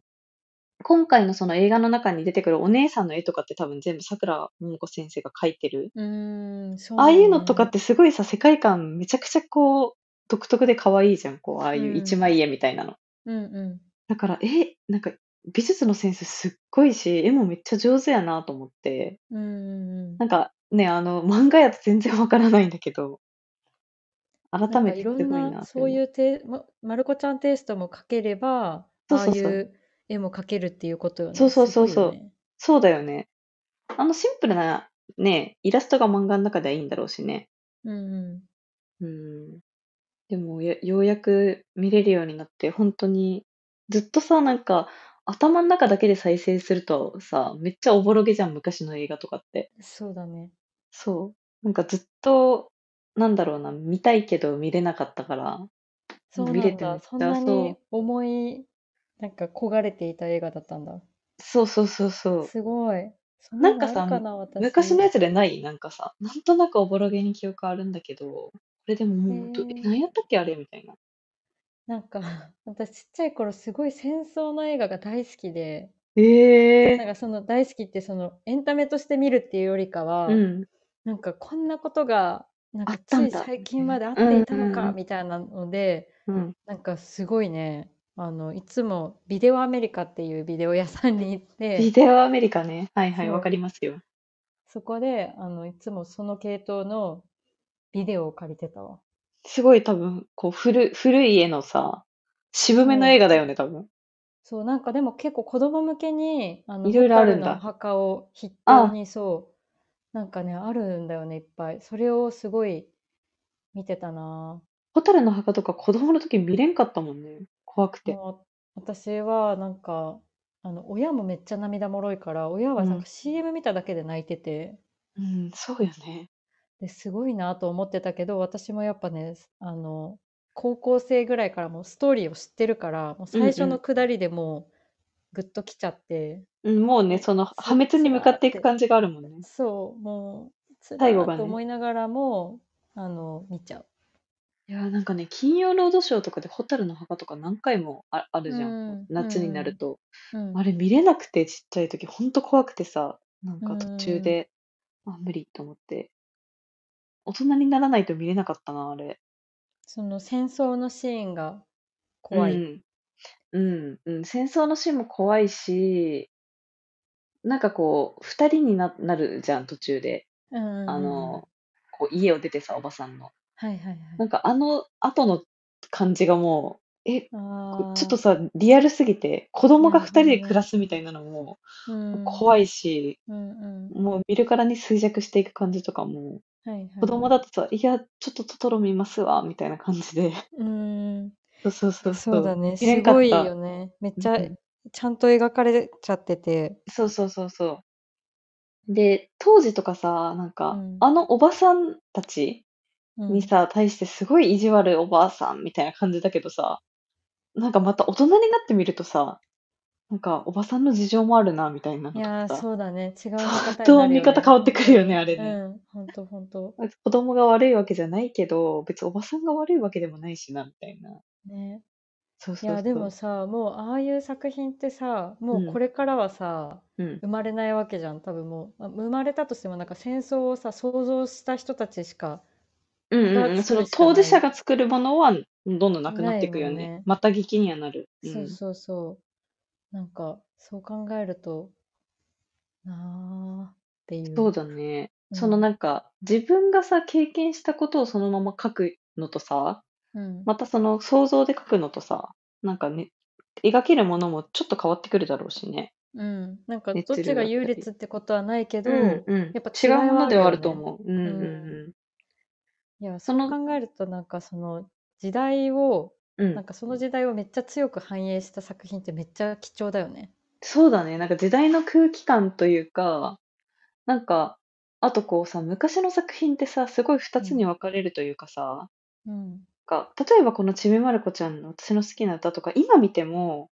Speaker 3: 今回のその映画の中に出てくるお姉さんの絵とかって多分全部桜桃子先生が描いてる。
Speaker 2: うん。うーん、そう
Speaker 3: ああ
Speaker 2: だ
Speaker 3: い
Speaker 2: よ
Speaker 3: うのとかっ
Speaker 2: ね。
Speaker 3: てすごいさ、世界観めちゃくちゃこう、独特で可愛いじゃん。こう、ああ
Speaker 2: う
Speaker 3: いう一
Speaker 2: ん、
Speaker 3: 枚絵みたいなの。
Speaker 2: うんう
Speaker 3: だから、え、なんか美術のセンスすっごいし、絵もめっちゃ上手やなと思って。
Speaker 2: ん。うんうん
Speaker 3: なんかね、あの、漫画やと全然わからないんだけど、
Speaker 2: な
Speaker 3: 改
Speaker 2: ん
Speaker 3: め
Speaker 2: かい
Speaker 3: て
Speaker 2: ろ
Speaker 3: す
Speaker 2: ん
Speaker 3: ごい
Speaker 2: な
Speaker 3: なって
Speaker 2: そう
Speaker 3: 思。
Speaker 2: いううテま、まるこちゃんテイストも描ければ
Speaker 3: そう
Speaker 2: ああ
Speaker 3: そう
Speaker 2: い
Speaker 3: そう。
Speaker 2: う絵も描けるっていうことよ
Speaker 3: そう
Speaker 2: ね
Speaker 3: そう
Speaker 2: す
Speaker 3: そう
Speaker 2: ごいよ
Speaker 3: そう。
Speaker 2: ね
Speaker 3: そうだよね。あのシンプルなね、イラストが漫画の中ではいいんだろうしね。
Speaker 2: うん
Speaker 3: うん。でもや、ようやく見れるようになって、本当に、ずっとさ、なんか、頭の中だけで再生するとさ、めっちゃおぼろげじゃん、昔の映画とかって。
Speaker 2: うんそうだね
Speaker 3: そう。なんかずっと、なんだろうな、見たいけど見れなかったから、
Speaker 2: そう
Speaker 3: 見
Speaker 2: な
Speaker 3: れ
Speaker 2: ん
Speaker 3: て
Speaker 2: だ
Speaker 3: めっ
Speaker 2: そ
Speaker 3: ち
Speaker 2: ん
Speaker 3: ゃ、
Speaker 2: なに
Speaker 3: そう、
Speaker 2: 重いなんか焦がれていた映画だったんだ
Speaker 3: そうそうそうそう。
Speaker 2: すごいそん
Speaker 3: な
Speaker 2: なん
Speaker 3: か
Speaker 2: のある
Speaker 3: さ、
Speaker 2: かな
Speaker 3: 昔の
Speaker 2: 私
Speaker 3: やつでないなんかさ、なんとなくおぼろげに記憶あるんだけど、これでも
Speaker 2: え
Speaker 3: もう、どえ、
Speaker 2: ー、
Speaker 3: 何やったっけあれみたいな。
Speaker 2: なんか 私ちっちゃい頃すごい戦争の映画が大好きでなん
Speaker 3: ええ
Speaker 2: かその大好きってそのエンタメとして見るっていうよりか
Speaker 3: う
Speaker 2: は
Speaker 3: ん。
Speaker 2: なんかこんなことがなん
Speaker 3: あ
Speaker 2: か
Speaker 3: った
Speaker 2: つ
Speaker 3: ん
Speaker 2: い
Speaker 3: だ、
Speaker 2: 最
Speaker 3: みた
Speaker 2: 近
Speaker 3: いな。
Speaker 2: まであっ
Speaker 3: う
Speaker 2: て
Speaker 3: ん
Speaker 2: いた
Speaker 3: う
Speaker 2: の
Speaker 3: んう
Speaker 2: か
Speaker 3: ん。
Speaker 2: みたいなので
Speaker 3: うん。
Speaker 2: なんかすごいねあのいつもビデオアメリカっていうビデオ屋さんに行って
Speaker 3: ビデオアメリカね。はいはい、わか
Speaker 2: そ
Speaker 3: り
Speaker 2: う
Speaker 3: ますよ。
Speaker 2: そこであのいつもその系統のビデオを借りてたわ
Speaker 3: すごい多分、こう、古、古い絵のさ、渋めの映
Speaker 2: そう
Speaker 3: 画だよね、多分。
Speaker 2: そうなんかでも結構子供向けにあの
Speaker 3: いろいろある
Speaker 2: 蛍
Speaker 3: ん
Speaker 2: のお
Speaker 3: だ。
Speaker 2: 墓を筆頭
Speaker 3: あ、
Speaker 2: にそうなんかねあるんだよねいっぱいそれをすごい見てたな
Speaker 3: 蛍の墓とか子供の時見れんかったもんね。怖くて。
Speaker 2: もう私はなんかあの親もめっちゃ涙もろいから親
Speaker 3: う
Speaker 2: はなん
Speaker 3: ん。
Speaker 2: か CM 見ただけで泣いてて
Speaker 3: うん、そうよね。
Speaker 2: ですごいなと思ってたけど私もやっぱねあの高校生ぐらいからもうストーリーを知ってるからもう
Speaker 3: うん
Speaker 2: 最初
Speaker 3: う
Speaker 2: の
Speaker 3: ん。
Speaker 2: 下りでもうグッときちゃって
Speaker 3: うん、もうね、
Speaker 2: もう
Speaker 3: その、破
Speaker 2: つ
Speaker 3: 滅に
Speaker 2: つ
Speaker 3: 向からっ
Speaker 2: ー
Speaker 3: て
Speaker 2: っ
Speaker 3: いく
Speaker 2: て
Speaker 3: 感じがあるもんね。
Speaker 2: そうもうつ
Speaker 3: 最後
Speaker 2: らーっ
Speaker 3: が
Speaker 2: と
Speaker 3: ね。
Speaker 2: 思いながらもあの見ちゃう。
Speaker 3: いやー、なんかね、金曜ロードショーとかで蛍の墓とか何回もあ、ある
Speaker 2: う
Speaker 3: じゃん。
Speaker 2: んう
Speaker 3: 夏になんる
Speaker 2: ん
Speaker 3: と。
Speaker 2: うんう
Speaker 3: あ
Speaker 2: ん
Speaker 3: れ見れなくて、ちっちゃい時、ほんと怖くてさ、なん
Speaker 2: う
Speaker 3: か途中
Speaker 2: ん
Speaker 3: で、あ、無理と思って。大人にならないと見れなかったな、あれ。
Speaker 2: その戦争のシーンが
Speaker 3: う
Speaker 2: 怖い。
Speaker 3: ん、うん、うん。戦争のシーンも怖いし、なんかこう、二人にな、なるじゃん、途中で。
Speaker 2: うんうん
Speaker 3: あ
Speaker 2: うんうん。
Speaker 3: の、こう、家を出てさ、おばさんの。
Speaker 2: はいはいは
Speaker 3: なん
Speaker 2: い。
Speaker 3: かあの後の感じがもう、え、こうちょっと
Speaker 2: あ
Speaker 3: さ、リアルすぎて、子
Speaker 2: あ、
Speaker 3: 供
Speaker 2: な
Speaker 3: が
Speaker 2: るほ
Speaker 3: 二人
Speaker 2: ど
Speaker 3: で暮
Speaker 2: ね。
Speaker 3: らすみたいなのも、
Speaker 2: う、
Speaker 3: もうん怖いし、
Speaker 2: うんう
Speaker 3: もう見るからに衰弱していく感じとかも、
Speaker 2: ん。はいは
Speaker 3: 子
Speaker 2: い
Speaker 3: 供
Speaker 2: は
Speaker 3: だ
Speaker 2: い。
Speaker 3: とさ、いや、ちょっとトトロ見ますわ、みたいな感じで。
Speaker 2: うーん、
Speaker 3: そうそうそうそ
Speaker 2: そうだ
Speaker 3: う。
Speaker 2: ね。
Speaker 3: 見れん
Speaker 2: す
Speaker 3: か
Speaker 2: ご
Speaker 3: っ
Speaker 2: い
Speaker 3: た。
Speaker 2: よね。めっ
Speaker 3: う
Speaker 2: ちゃ、
Speaker 3: ん。
Speaker 2: ちゃんと描かれちゃってて。
Speaker 3: そうそうそうそう。で、当時とかさ、なん
Speaker 2: う
Speaker 3: か、
Speaker 2: ん、
Speaker 3: あのおばさんたち
Speaker 2: う
Speaker 3: に
Speaker 2: ん。
Speaker 3: さ、対してすごい意地悪いおばあさんみたいな感じだけどさ、なんかまた大人になってみるとさ、なんかおばさんの事情もあるな、みたいないのとか
Speaker 2: やー、
Speaker 3: さ、
Speaker 2: そうだね。違う見
Speaker 3: 相
Speaker 2: 方に
Speaker 3: 当
Speaker 2: なる
Speaker 3: 見
Speaker 2: よ
Speaker 3: 方
Speaker 2: ね。
Speaker 3: 変わってくるよね、あれ
Speaker 2: う
Speaker 3: ね。
Speaker 2: ん、ほんとほんと。
Speaker 3: 子供が悪いわけじゃないけど、別におばさんが悪いわけでもないしな、みたいな。
Speaker 2: ね。
Speaker 3: そう
Speaker 2: い
Speaker 3: そう
Speaker 2: や、で
Speaker 3: そ
Speaker 2: も
Speaker 3: う。
Speaker 2: さ、もう、ああいう作品ってさ、
Speaker 3: う
Speaker 2: もうこ
Speaker 3: ん、
Speaker 2: れからはさ、
Speaker 3: うん。
Speaker 2: 生まれないわけじゃん。多分もう、あ生まれたとしても、なんか戦争をさ、想像した人たちしか、
Speaker 3: うんうん
Speaker 2: が
Speaker 3: うん、そ
Speaker 2: 作
Speaker 3: の
Speaker 2: るしか
Speaker 3: 当事
Speaker 2: な
Speaker 3: 者
Speaker 2: い。
Speaker 3: が作るものはどんどんなくなっ
Speaker 2: な
Speaker 3: て
Speaker 2: い
Speaker 3: いく
Speaker 2: も
Speaker 3: よ
Speaker 2: ん
Speaker 3: ね。
Speaker 2: ね。
Speaker 3: また劇にはなる。う。
Speaker 2: そうんそうそう。なんか、そう考えると、なあ。っていう。
Speaker 3: そうだね。
Speaker 2: うん
Speaker 3: そのなんか、自分がさ、経験したことをそのまま書くのとさ、
Speaker 2: うん
Speaker 3: またその想像で書くのとさ、なんかね、描けるものもちょっと変わってくるだろうしね。
Speaker 2: うん、なんかどっ
Speaker 3: 熱量
Speaker 2: ちが
Speaker 3: だったり
Speaker 2: 優劣ってことはないけど、
Speaker 3: うん
Speaker 2: やっぱ
Speaker 3: 違
Speaker 2: 違いうはあるよね
Speaker 3: ものではあると思う。うんうん
Speaker 2: いや、
Speaker 3: そ
Speaker 2: そ
Speaker 3: の
Speaker 2: う考えるとなんかその時代を、
Speaker 3: うん。う
Speaker 2: なん
Speaker 3: ん、
Speaker 2: かその時代をめっちゃ強く反映した作品ってめっちゃ貴重だよね。
Speaker 3: そうだね。なんか時代の空気感というか、なんか、あとこうさ、昔の作品ってさ、すごい二つに分かれるというかさ、
Speaker 2: うん。
Speaker 3: か例えばこのちびまる子ちゃんの私の好きな歌とか今見ても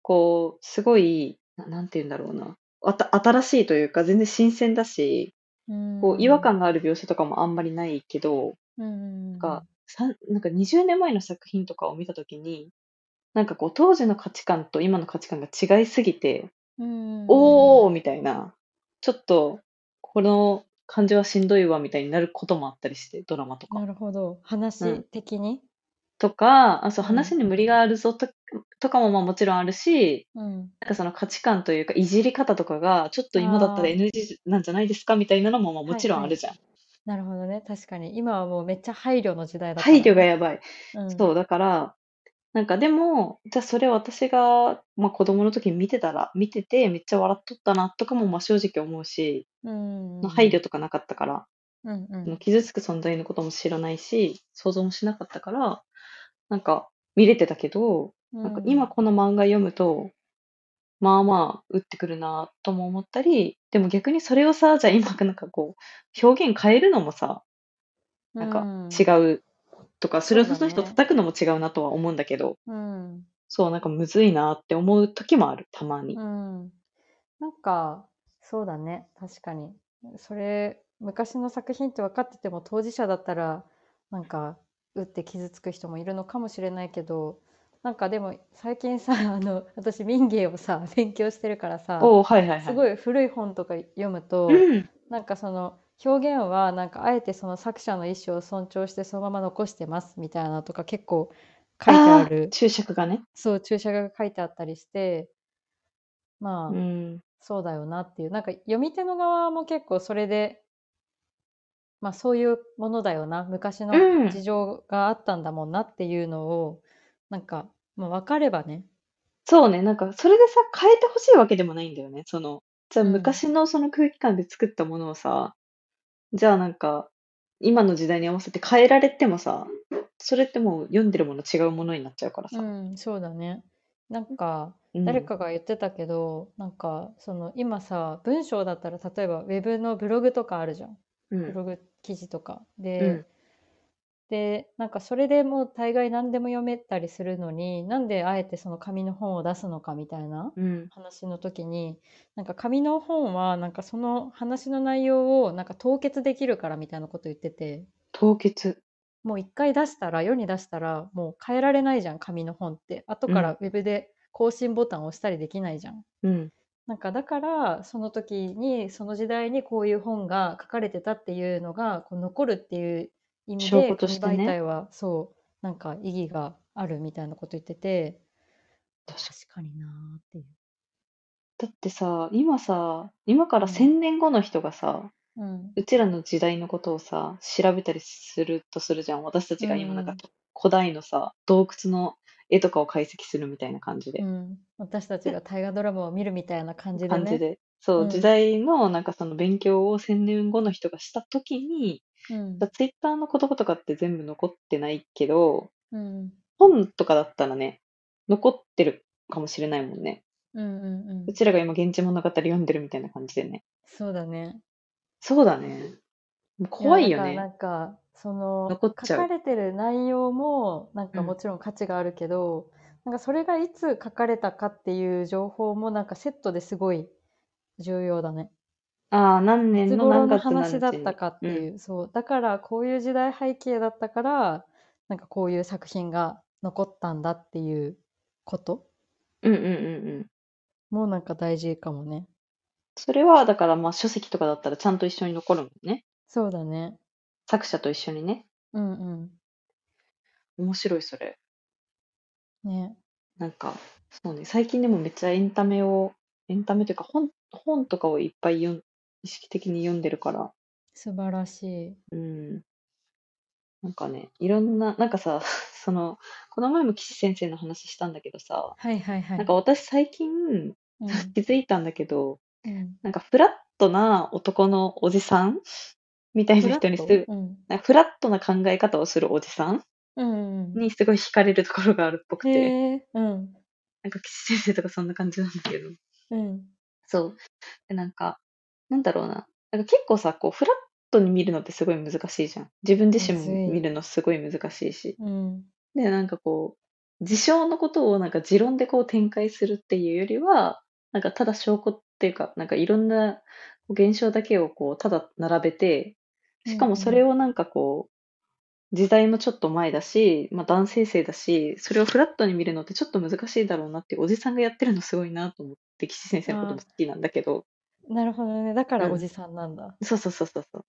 Speaker 3: こうすごいななんて言うんだろうなあた新しいというか全然新鮮だしこう違和感がある描写とかもあんまりないけど、
Speaker 2: うん
Speaker 3: がさんなんか20年前の作品とかを見た時になんかこう当時の価値観と今の価値観が違いすぎて、
Speaker 2: うん、
Speaker 3: お
Speaker 2: お
Speaker 3: ーみたいなちょっとこの感じはしんどいわみたいになることもあったりしてドラマとか
Speaker 2: な。るほど話的に、
Speaker 3: とか、あそ
Speaker 2: う
Speaker 3: う
Speaker 2: ん
Speaker 3: 話に無理があるぞととかもまあもちろんあるし、
Speaker 2: うん
Speaker 3: なんかその価値観というか、いじり方とかが、ちょっと今だったら
Speaker 2: あー
Speaker 3: NG なんじゃないですかみたいなのもまあもちろんあるじゃん。
Speaker 2: なるほどね確かに今はもうめっちゃ配慮の時代だから
Speaker 3: 配慮がやばい。
Speaker 2: うん
Speaker 3: そう、だから、なんかでも、じゃあそれ私が、まあ、子供の時に見てたら、見ててめっちゃ笑っとったなとかもまあ正直思うし、
Speaker 2: うん
Speaker 3: まあ配慮とかなかったから、
Speaker 2: うんうん
Speaker 3: その傷つく存在のことも知らないし、想像もしなかったから、なんか見れてたけど、なんか今この漫画読むと、まあまあ、打ってくるなとも思ったり、でも逆にそれをさ、じゃあ今なんかこう、表現変えるのもさ、なんか違うとか、それをそ
Speaker 2: そ
Speaker 3: の人
Speaker 2: うだね
Speaker 3: 叩くのも違うなとは思うんだけど、
Speaker 2: うん、
Speaker 3: そう、なんかむずいなって思う時もある、たまに
Speaker 2: う。ん、なんかそうだね確かにそれ昔の作品って分かってても当事者だったらなんか打って傷つく人もいるのかもしれないけどなんかでも最近さあの私民芸をさ勉強してるからさ
Speaker 3: おおはいはいはい。
Speaker 2: すごい古い本とか読むと、
Speaker 3: うん、
Speaker 2: なんかその表現はなんかあえてその作者の意思を尊重してそのまま残してますみたいなのとか結構書いてある
Speaker 3: ー注釈がね。
Speaker 2: そう注釈が書いてあったりしてまあ、
Speaker 3: うん。
Speaker 2: そうだよなっていうなんか読み手の側も結構それでまあそういうものだよな昔の
Speaker 3: うん
Speaker 2: 事情があったんだもんなっていうのを、なんか、まあ、分かればね
Speaker 3: そうね、なんかそれでさ、変えてほしいわけでもないんだよね。その、じゃあ
Speaker 2: うん
Speaker 3: 昔のその空気感で作ったものをさ、じゃあなんか、今の時代に合わせて変えられてもさ、それってもう読んでるもの違うものになっちゃうから
Speaker 2: う
Speaker 3: さ。
Speaker 2: んそうだねなんか
Speaker 3: うん
Speaker 2: 誰かが言ってたけど、なんかその今さ文章だったら例えばウェブのブログとかあるじゃん
Speaker 3: うん
Speaker 2: ブログ記事とかで、
Speaker 3: うん
Speaker 2: でなんかそれでもう大概何でも読めたりするのになんであえてその紙の本を出すのかみたいな
Speaker 3: うん
Speaker 2: 話の時になんか紙の本はなんかその話の内容をなんか凍結できるからみたいなこと言ってて
Speaker 3: 凍結。
Speaker 2: もう一回出したら世に出したらもう変えられないじゃん紙の本って後からウェブで更新ボタンを押したりできないじゃん。
Speaker 3: うん。
Speaker 2: なんかだからその時にその時代にこういう本が書かれてたっていうのがこう残るっていう意味
Speaker 3: 証
Speaker 2: で
Speaker 3: 拠としてね
Speaker 2: 紙媒体はそうなんか意義があるみたいなこと言ってて
Speaker 3: 確か
Speaker 2: 確かになーっていう。
Speaker 3: だってさ、今さ、今から
Speaker 2: うん
Speaker 3: 1000年後の人がさ、
Speaker 2: うん
Speaker 3: うちらの時代のことをさ、調べたりするとするじゃん。私たちが今なんか
Speaker 2: うん
Speaker 3: 古代のさ、洞窟の絵とかを解析するみたいな感じで
Speaker 2: う。ん、私たちが大河ドラマを見るみたいな感じで
Speaker 3: 感じ
Speaker 2: ね。
Speaker 3: で。そう、
Speaker 2: うん
Speaker 3: 時代のなんかその勉強を1000年後の人がした時に、
Speaker 2: うん
Speaker 3: ツイッターの言葉とかって全部残ってないけど、
Speaker 2: うん
Speaker 3: 本とかだったらね、残ってるかもしれないもんね。
Speaker 2: うんうんうん
Speaker 3: うちらが今、現地物語読んでるみたいな感じでね。
Speaker 2: そうだね。
Speaker 3: そうだね。もう怖いよ
Speaker 2: や
Speaker 3: ね。
Speaker 2: だからなんかその
Speaker 3: 残っちゃ
Speaker 2: 書か
Speaker 3: う
Speaker 2: れてる内容もなんか
Speaker 3: うん
Speaker 2: もちろん価値があるけど、なんかそれがいつ書かれたかっていう情報もなんかセットですごい重要だね。
Speaker 3: ああ、何
Speaker 2: い
Speaker 3: 年
Speaker 2: つ
Speaker 3: の
Speaker 2: 頃
Speaker 3: 何
Speaker 2: の
Speaker 3: 月何
Speaker 2: 話
Speaker 3: 日
Speaker 2: だっ
Speaker 3: に
Speaker 2: たかっていう、そうだからこういう時代背景だったからなんかこういう作品が残ったんだっていうこと
Speaker 3: うんうんうんうん。
Speaker 2: もなんか大事かもね。
Speaker 3: それは、だからまあ書籍とかだったらちゃんと一緒に残るもんね。
Speaker 2: そうだね。
Speaker 3: 作者と一緒にね。
Speaker 2: うん
Speaker 3: 面白い、それ。
Speaker 2: うん。ね。
Speaker 3: なんか、そうね、最近でもめっちゃエンタメを、エンタメというか本、本とかをいっぱい読ん意識的に読んでるから。
Speaker 2: 素晴らしい。
Speaker 3: うん。なんかね、いろんな、なんかさ、 その、この前も岸先生の話したんだけどさ、
Speaker 2: はいはいはい。
Speaker 3: なんか私最近
Speaker 2: うん、
Speaker 3: 気づいたんだけど、
Speaker 2: うん。
Speaker 3: なんかフラットな男のおじさんみたいな人にす
Speaker 2: フラッ
Speaker 3: ぐ
Speaker 2: トうん。
Speaker 3: なんかフラットな考え方をするおじさん
Speaker 2: うんうん。
Speaker 3: にすごい惹かれるところがあるっぽくて、
Speaker 2: へえ。うん。
Speaker 3: なんか岸先生とかそんな感じなんだけど。
Speaker 2: うん。
Speaker 3: そう。でなんか、なんだろうな。なんか結構さ、こう、フラットに見るのってすごい難しいじゃん。自分自身
Speaker 2: むずい
Speaker 3: も見るのすごい難しいし。
Speaker 2: うん。
Speaker 3: で、なんかこう、事象のことをなんか持論でこう展開するっていうよりは、なんかただ証拠っていうか、なんかいろんなこう現象だけをこう、ただ並べて、しかもそれをなんかこう、時代もちょっと前だし、まあ男性性だし、それをフラットに見るのってちょっと難しいだろうなっていうおじさんがやってるのすごいなと思って、岸先生のことも好きなんだけど、
Speaker 2: なるほどね。だから
Speaker 3: うん
Speaker 2: おじさんなんだ。
Speaker 3: そうそうそうそうそ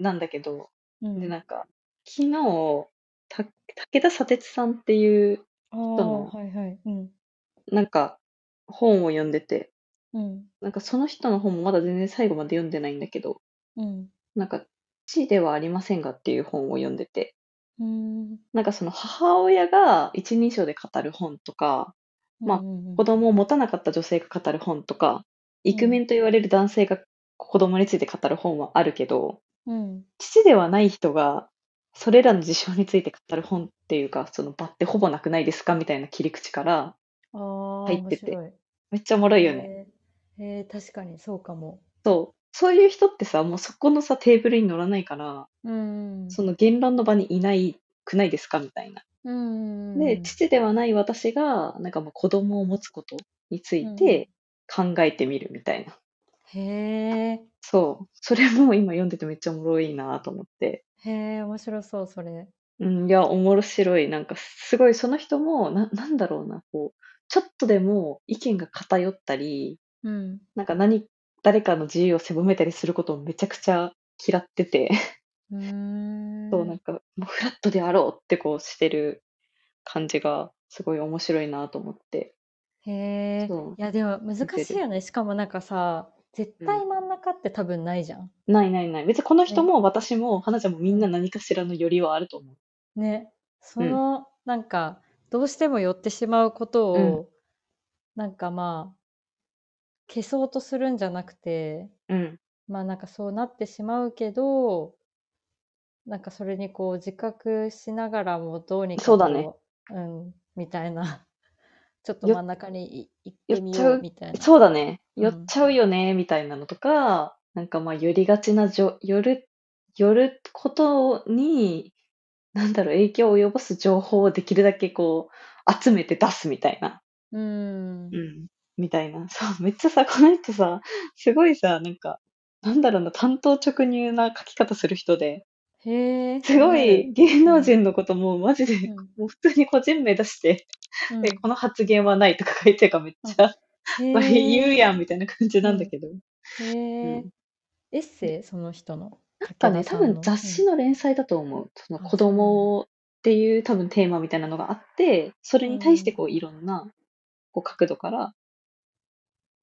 Speaker 3: う。なんだけど、
Speaker 2: うん。
Speaker 3: で、なんか、昨日、た武田砂鉄さんっていう
Speaker 2: あ
Speaker 3: の
Speaker 2: ーはいはい。うん。
Speaker 3: なんか本を読んでて、
Speaker 2: うん。
Speaker 3: なんかその人の本もまだ全然最後まで読んでないんだけど、
Speaker 2: うん。
Speaker 3: なんか地ではありませんがっていう本を読んでて、
Speaker 2: うん。
Speaker 3: なんかその母親が一人称で語る本とか、まあ
Speaker 2: うん
Speaker 3: 子供を持たなかった女性が語る本とか、イクメンと言われる男性が子供について語る本はあるけど、
Speaker 2: うん。
Speaker 3: 父ではない人がそれらの事象について語る本っていうか、その場ってほぼなくないですかみたいな切り口から、
Speaker 2: ああ、
Speaker 3: 入って
Speaker 2: 面
Speaker 3: て
Speaker 2: 白い。
Speaker 3: めっちゃおもろいよね。
Speaker 2: へー。へー確かにそうかも。
Speaker 3: そう。そういう人ってさ、もうそこのさ、テーブルに乗らないから、
Speaker 2: うん。
Speaker 3: その言論の場にいないくないですかみたいな。
Speaker 2: うん。
Speaker 3: で、父ではない私が、なんかもう子供を持つことについて考えてみるみたいな。
Speaker 2: へえ。
Speaker 3: そう。それも今読んでてめっちゃおもろいなと思って。
Speaker 2: へえ、面白そう、それ。
Speaker 3: うん、いや、おもろ白い。なんか、すごい、その人も、な、なんだろうな、こう、ちょっとでも意見が偏ったり、
Speaker 2: うん。
Speaker 3: なんか何、誰かの自由を狭めたりすることをめちゃくちゃ嫌ってて。
Speaker 2: うーん。
Speaker 3: そう、なんか、もうフラットであろうってこうしてる感じが、すごい面白いなと思って。
Speaker 2: へえ。
Speaker 3: そ
Speaker 2: いや、でも難しいよね。しかもなんかさ、絶対真ん中って多分ないじゃん。
Speaker 3: う。ないないない。別にこの人
Speaker 2: ね
Speaker 3: も私も、花ちゃんもみんな何かしらの寄りはあると思う。
Speaker 2: ね。そ
Speaker 3: うん
Speaker 2: の、なんか、どうしても寄ってしまうこと
Speaker 3: う
Speaker 2: を、なんかまあ、消そうとするんじゃなくて、
Speaker 3: うん。
Speaker 2: まあなんかそうなってしまうけど、なんかそれにこう自覚しながらもどうにか
Speaker 3: そうだね
Speaker 2: こう、うん、みたいな、ちょっと
Speaker 3: よ
Speaker 2: 真ん中にい行ってみ
Speaker 3: 寄っち
Speaker 2: よ
Speaker 3: ゃ
Speaker 2: う
Speaker 3: う
Speaker 2: みたいな。
Speaker 3: そうだ
Speaker 2: う
Speaker 3: ね。
Speaker 2: ん
Speaker 3: 寄っちゃうよね、みたいなのとか、なんかまあ、寄りがちなじょ、寄る、寄ることに、なんだろう、影響を及ぼす情報をできるだけこう、集めて出すみたいな。
Speaker 2: うん。
Speaker 3: うんみたいな。そう、めっちゃさ、この人さ、すごいさ、なんか、なんだろうな、担当直入な書き方する人で、
Speaker 2: へえ。
Speaker 3: すご
Speaker 2: う
Speaker 3: い
Speaker 2: ん
Speaker 3: 芸能人のこともマジで、
Speaker 2: うん
Speaker 3: もう普通に個人名出して、
Speaker 2: うん
Speaker 3: でこの発言はないとか書いてるからめっちゃ、
Speaker 2: へ
Speaker 3: 言う
Speaker 2: え。
Speaker 3: やんみたいな感じなんだけど。
Speaker 2: へ
Speaker 3: う
Speaker 2: え
Speaker 3: ん。
Speaker 2: エッセイその人の。
Speaker 3: なんかね、多分雑誌
Speaker 2: の。
Speaker 3: の連載だと思う。その
Speaker 2: あ
Speaker 3: 子供っていう多分テーマみたいなのがあって、それに対してこういろんなこう角度から、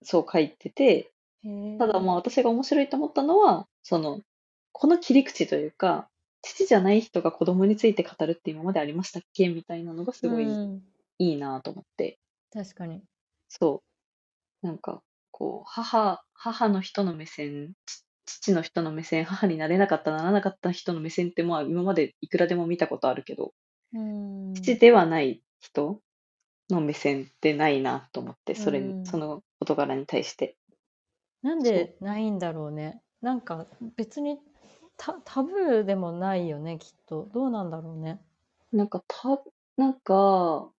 Speaker 3: そう書いてて、
Speaker 2: うんへえ
Speaker 3: ただまあ私が面白いと思ったのは、その、この切り口というか、父じゃない人が子供について語るって今までありましたっけみたいなのがすごい
Speaker 2: うん
Speaker 3: いいなと思って、
Speaker 2: 確かに。
Speaker 3: そう。なんか、こう、母、母の人の目線、ち父の人の目線、母になれなかった、ならなかった人の目線ってまあ今までいくらでも見たことあるけど、
Speaker 2: うん。
Speaker 3: 父ではない人の目線ってないなと思って、それ
Speaker 2: うん
Speaker 3: に、その事柄に対して。
Speaker 2: なんでないんだろうね。なんか別にタタブーでもないよね、きっと。どうなんだろうね。
Speaker 3: なんか、た、なんか、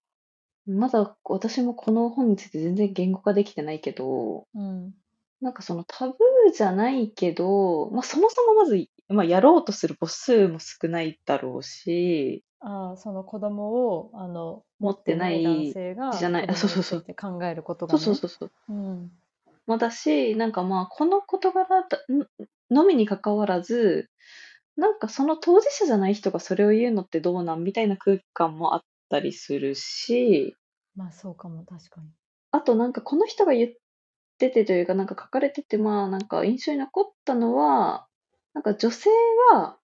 Speaker 3: まだ私もこの本について全然言語化できてないけど、
Speaker 2: うん。
Speaker 3: なんかそのタブーじゃないけど、まあそもそもまず、まあやろうとする母数も少ないだろうし、
Speaker 2: ああ、その子供を、あの、持
Speaker 3: 持
Speaker 2: っ
Speaker 3: ってて
Speaker 2: な
Speaker 3: ないい
Speaker 2: 男性が、
Speaker 3: じゃないあそうそうそう
Speaker 2: って考えることが
Speaker 3: そう
Speaker 2: ね。
Speaker 3: そうそうそう。
Speaker 2: うん。
Speaker 3: まあだし、なんかまあこの事柄だんのみに関わらず、なんかその当事者じゃない人がそれを言うのってどうなんみたいな空気感もあったりするし、
Speaker 2: まあそうかも、確かに。
Speaker 3: あとなんかこの人が言っててというか、なんか書かれてて、まあなんか印象に残ったのは、なんか女性は、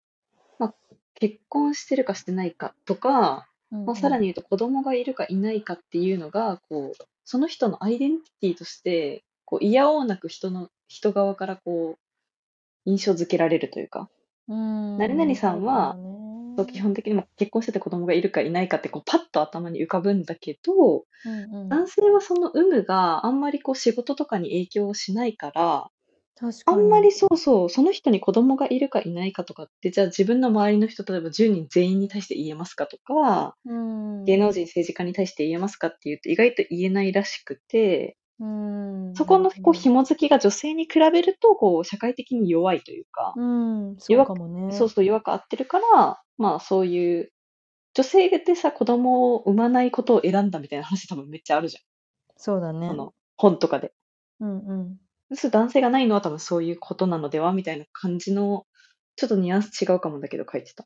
Speaker 3: まあ、結婚してるかしてないかとか、まあ、さらに言うと子供がいるかいないかっていうのが、こう、その人のアイデンティティとして、こう、いやおうなく人の、人側からこう、印象づけられるというか、
Speaker 2: うん、
Speaker 3: 何々さんは
Speaker 2: そうだね
Speaker 3: そう基本的にも結婚してて子供がいるかいないかって、こう、パッと頭に浮かぶんだけど、
Speaker 2: うんうん
Speaker 3: 男性はその有無があんまりこう仕事とかに影響しないから、
Speaker 2: 確か
Speaker 3: あ
Speaker 2: に
Speaker 3: んまりそうそう、その人に子供がいるかいないかとかって、じゃあ自分の周りの人、例えば10人全員に対して言えますかとか、
Speaker 2: うん
Speaker 3: 芸能人、政治家に対して言えますかっていうと意外と言えないらしくて、
Speaker 2: うん
Speaker 3: そこのこう紐づきが女性に比べると、こう社会的に弱いというか、
Speaker 2: うん、そうかもね。
Speaker 3: そうそう弱く合ってるから、まあそういう、女性でさ、子供を産まないことを選んだみたいな話多分めっちゃあるじ
Speaker 2: そうだね。
Speaker 3: ゃん。あの、本とかで。
Speaker 2: うんうん。
Speaker 3: そう男性がないのは多分そういうことなのではみたいな感じの、ちょっとニュアンス違うかもだけど書いてた。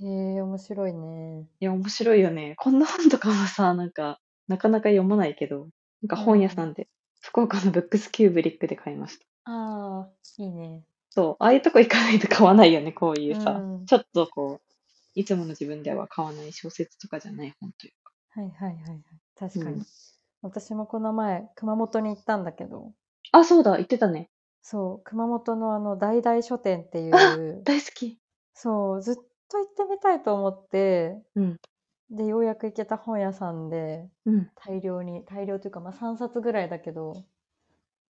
Speaker 2: へえ、面白いね。
Speaker 3: いや、面白いよね。こんな本とかはさ、なんか、なかなか読まないけど、なんか本屋さんで、福岡のブックスキューブリックで買いました。
Speaker 2: ああ、いいね。
Speaker 3: そう、ああいうとこ行かないと買わないよね、こういうさ。
Speaker 2: うん
Speaker 3: ちょっとこう、いつもの自分では買わない小説とかじゃない本というか。
Speaker 2: はいはいはいはい。確かに。
Speaker 3: うん
Speaker 2: 私もこの前、熊本に行ったんだけど、
Speaker 3: あ、そうだ、言ってたね。
Speaker 2: そう、熊本のあの、大々書店っていう、
Speaker 3: 大好き。
Speaker 2: そう、ずっと行ってみたいと思って、
Speaker 3: うん
Speaker 2: で、ようやく行けた本屋さんで、
Speaker 3: うん。
Speaker 2: 大量に、大量というか、まあ3冊ぐらいだけど、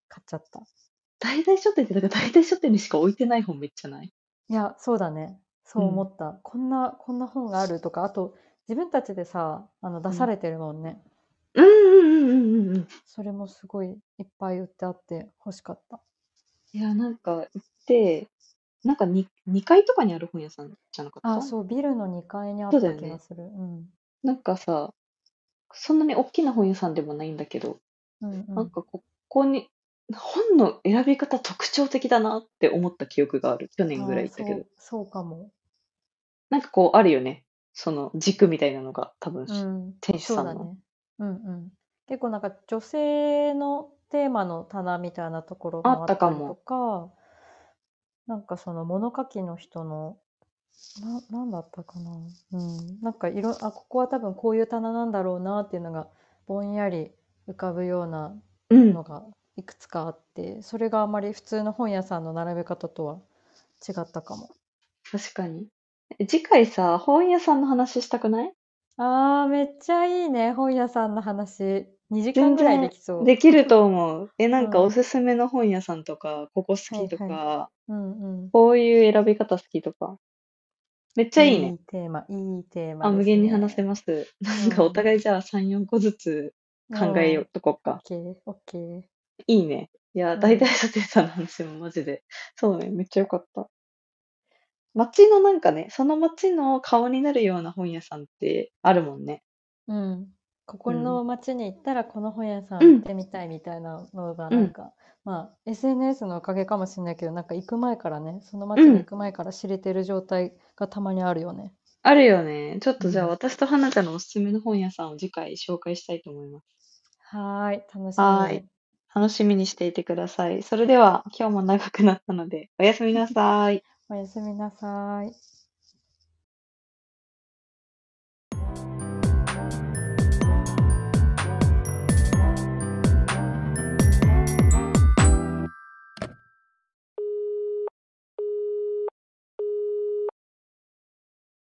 Speaker 2: 買っちゃった。
Speaker 3: 大々書店って、だから大々書店にしか置いてない本めっちゃない。
Speaker 2: いや、そうだね。そう
Speaker 3: うん
Speaker 2: 思った。こんな、こんな本があるとか、あと、自分たちでさ、あの、出されてるもんね。
Speaker 3: うんうんうんうんうんうん。
Speaker 2: それもすごいいっぱい売ってあって欲しかった。
Speaker 3: いや、なんか行って、なんか 2, 2階とかにある本屋さんじゃなかった
Speaker 2: あ、そう、ビルの2階にあっ
Speaker 3: そ
Speaker 2: た
Speaker 3: うだよ
Speaker 2: 気
Speaker 3: ね
Speaker 2: がする。うん。
Speaker 3: なんかさ、そんなに大きな本屋さんでもないんだけど、
Speaker 2: うんう
Speaker 3: なん
Speaker 2: ん。
Speaker 3: かここに、本の選び方特徴的だなって思った記憶がある。去年ぐらい
Speaker 2: あー
Speaker 3: 行ったけ
Speaker 2: そ
Speaker 3: ど
Speaker 2: う。、そうかも。
Speaker 3: なんかこうあるよね。その軸みたいなのが多分、
Speaker 2: うん。
Speaker 3: 店主
Speaker 2: そう
Speaker 3: さん
Speaker 2: だ
Speaker 3: の。
Speaker 2: ね。うんうん。結構なんか女性のテーマの棚みたいなところも
Speaker 3: あったか
Speaker 2: り
Speaker 3: も
Speaker 2: とか、なんかその物書きの人の、な、なんだったかな。うん。なんかいろ、あ、ここは多分こういう棚なんだろうなっていうのが、ぼんやり浮かぶような
Speaker 3: うん
Speaker 2: の。がいくつかあって、それがあまり普通の本屋さんの並べ方とは違ったかも。
Speaker 3: 確かに。え次回さ、本屋さんの話したくない
Speaker 2: あー、めっちゃいいね。本屋さんの話。2時間ぐらいできそう。
Speaker 3: できると思う。え、なんか
Speaker 2: うん
Speaker 3: おすすめの本屋さんとか、ここ好きとか、
Speaker 2: はいうんうん。
Speaker 3: こういう選び方好きとか。めっちゃいいね。
Speaker 2: いいテーマ、いいテーマ
Speaker 3: あ、
Speaker 2: ですね。
Speaker 3: 無限に話せます。なんかお互いじゃあ3、4個ずつ考えようとこっ
Speaker 2: うん。オッ
Speaker 3: か。
Speaker 2: ケー、オッケー。
Speaker 3: いいね。いや、
Speaker 2: うん
Speaker 3: 大体書店さんの話もマジで。そうね、めっちゃよかった。街のなんかね、その街の顔になるような本屋さんってあるもんね。
Speaker 2: うん。ここの町に行ったらこの本屋さん
Speaker 3: うん
Speaker 2: 行ってみたいみたいなのがなんか、まあ SNS のおかげかもしれないけど、なんか行く前からね、その町
Speaker 3: うん
Speaker 2: に行く前から知れてる状態がたまにあるよね。
Speaker 3: あるよね。ちょっとじゃあ
Speaker 2: うん
Speaker 3: 私と花ちゃんのおすすめの本屋さんを次回紹介したいと思います。
Speaker 2: はーい、楽し
Speaker 3: はー
Speaker 2: み
Speaker 3: い
Speaker 2: に。
Speaker 3: 楽しみにしていてください。それでは今日も長くなったので、おやすみなさい。
Speaker 2: おやすみなさい。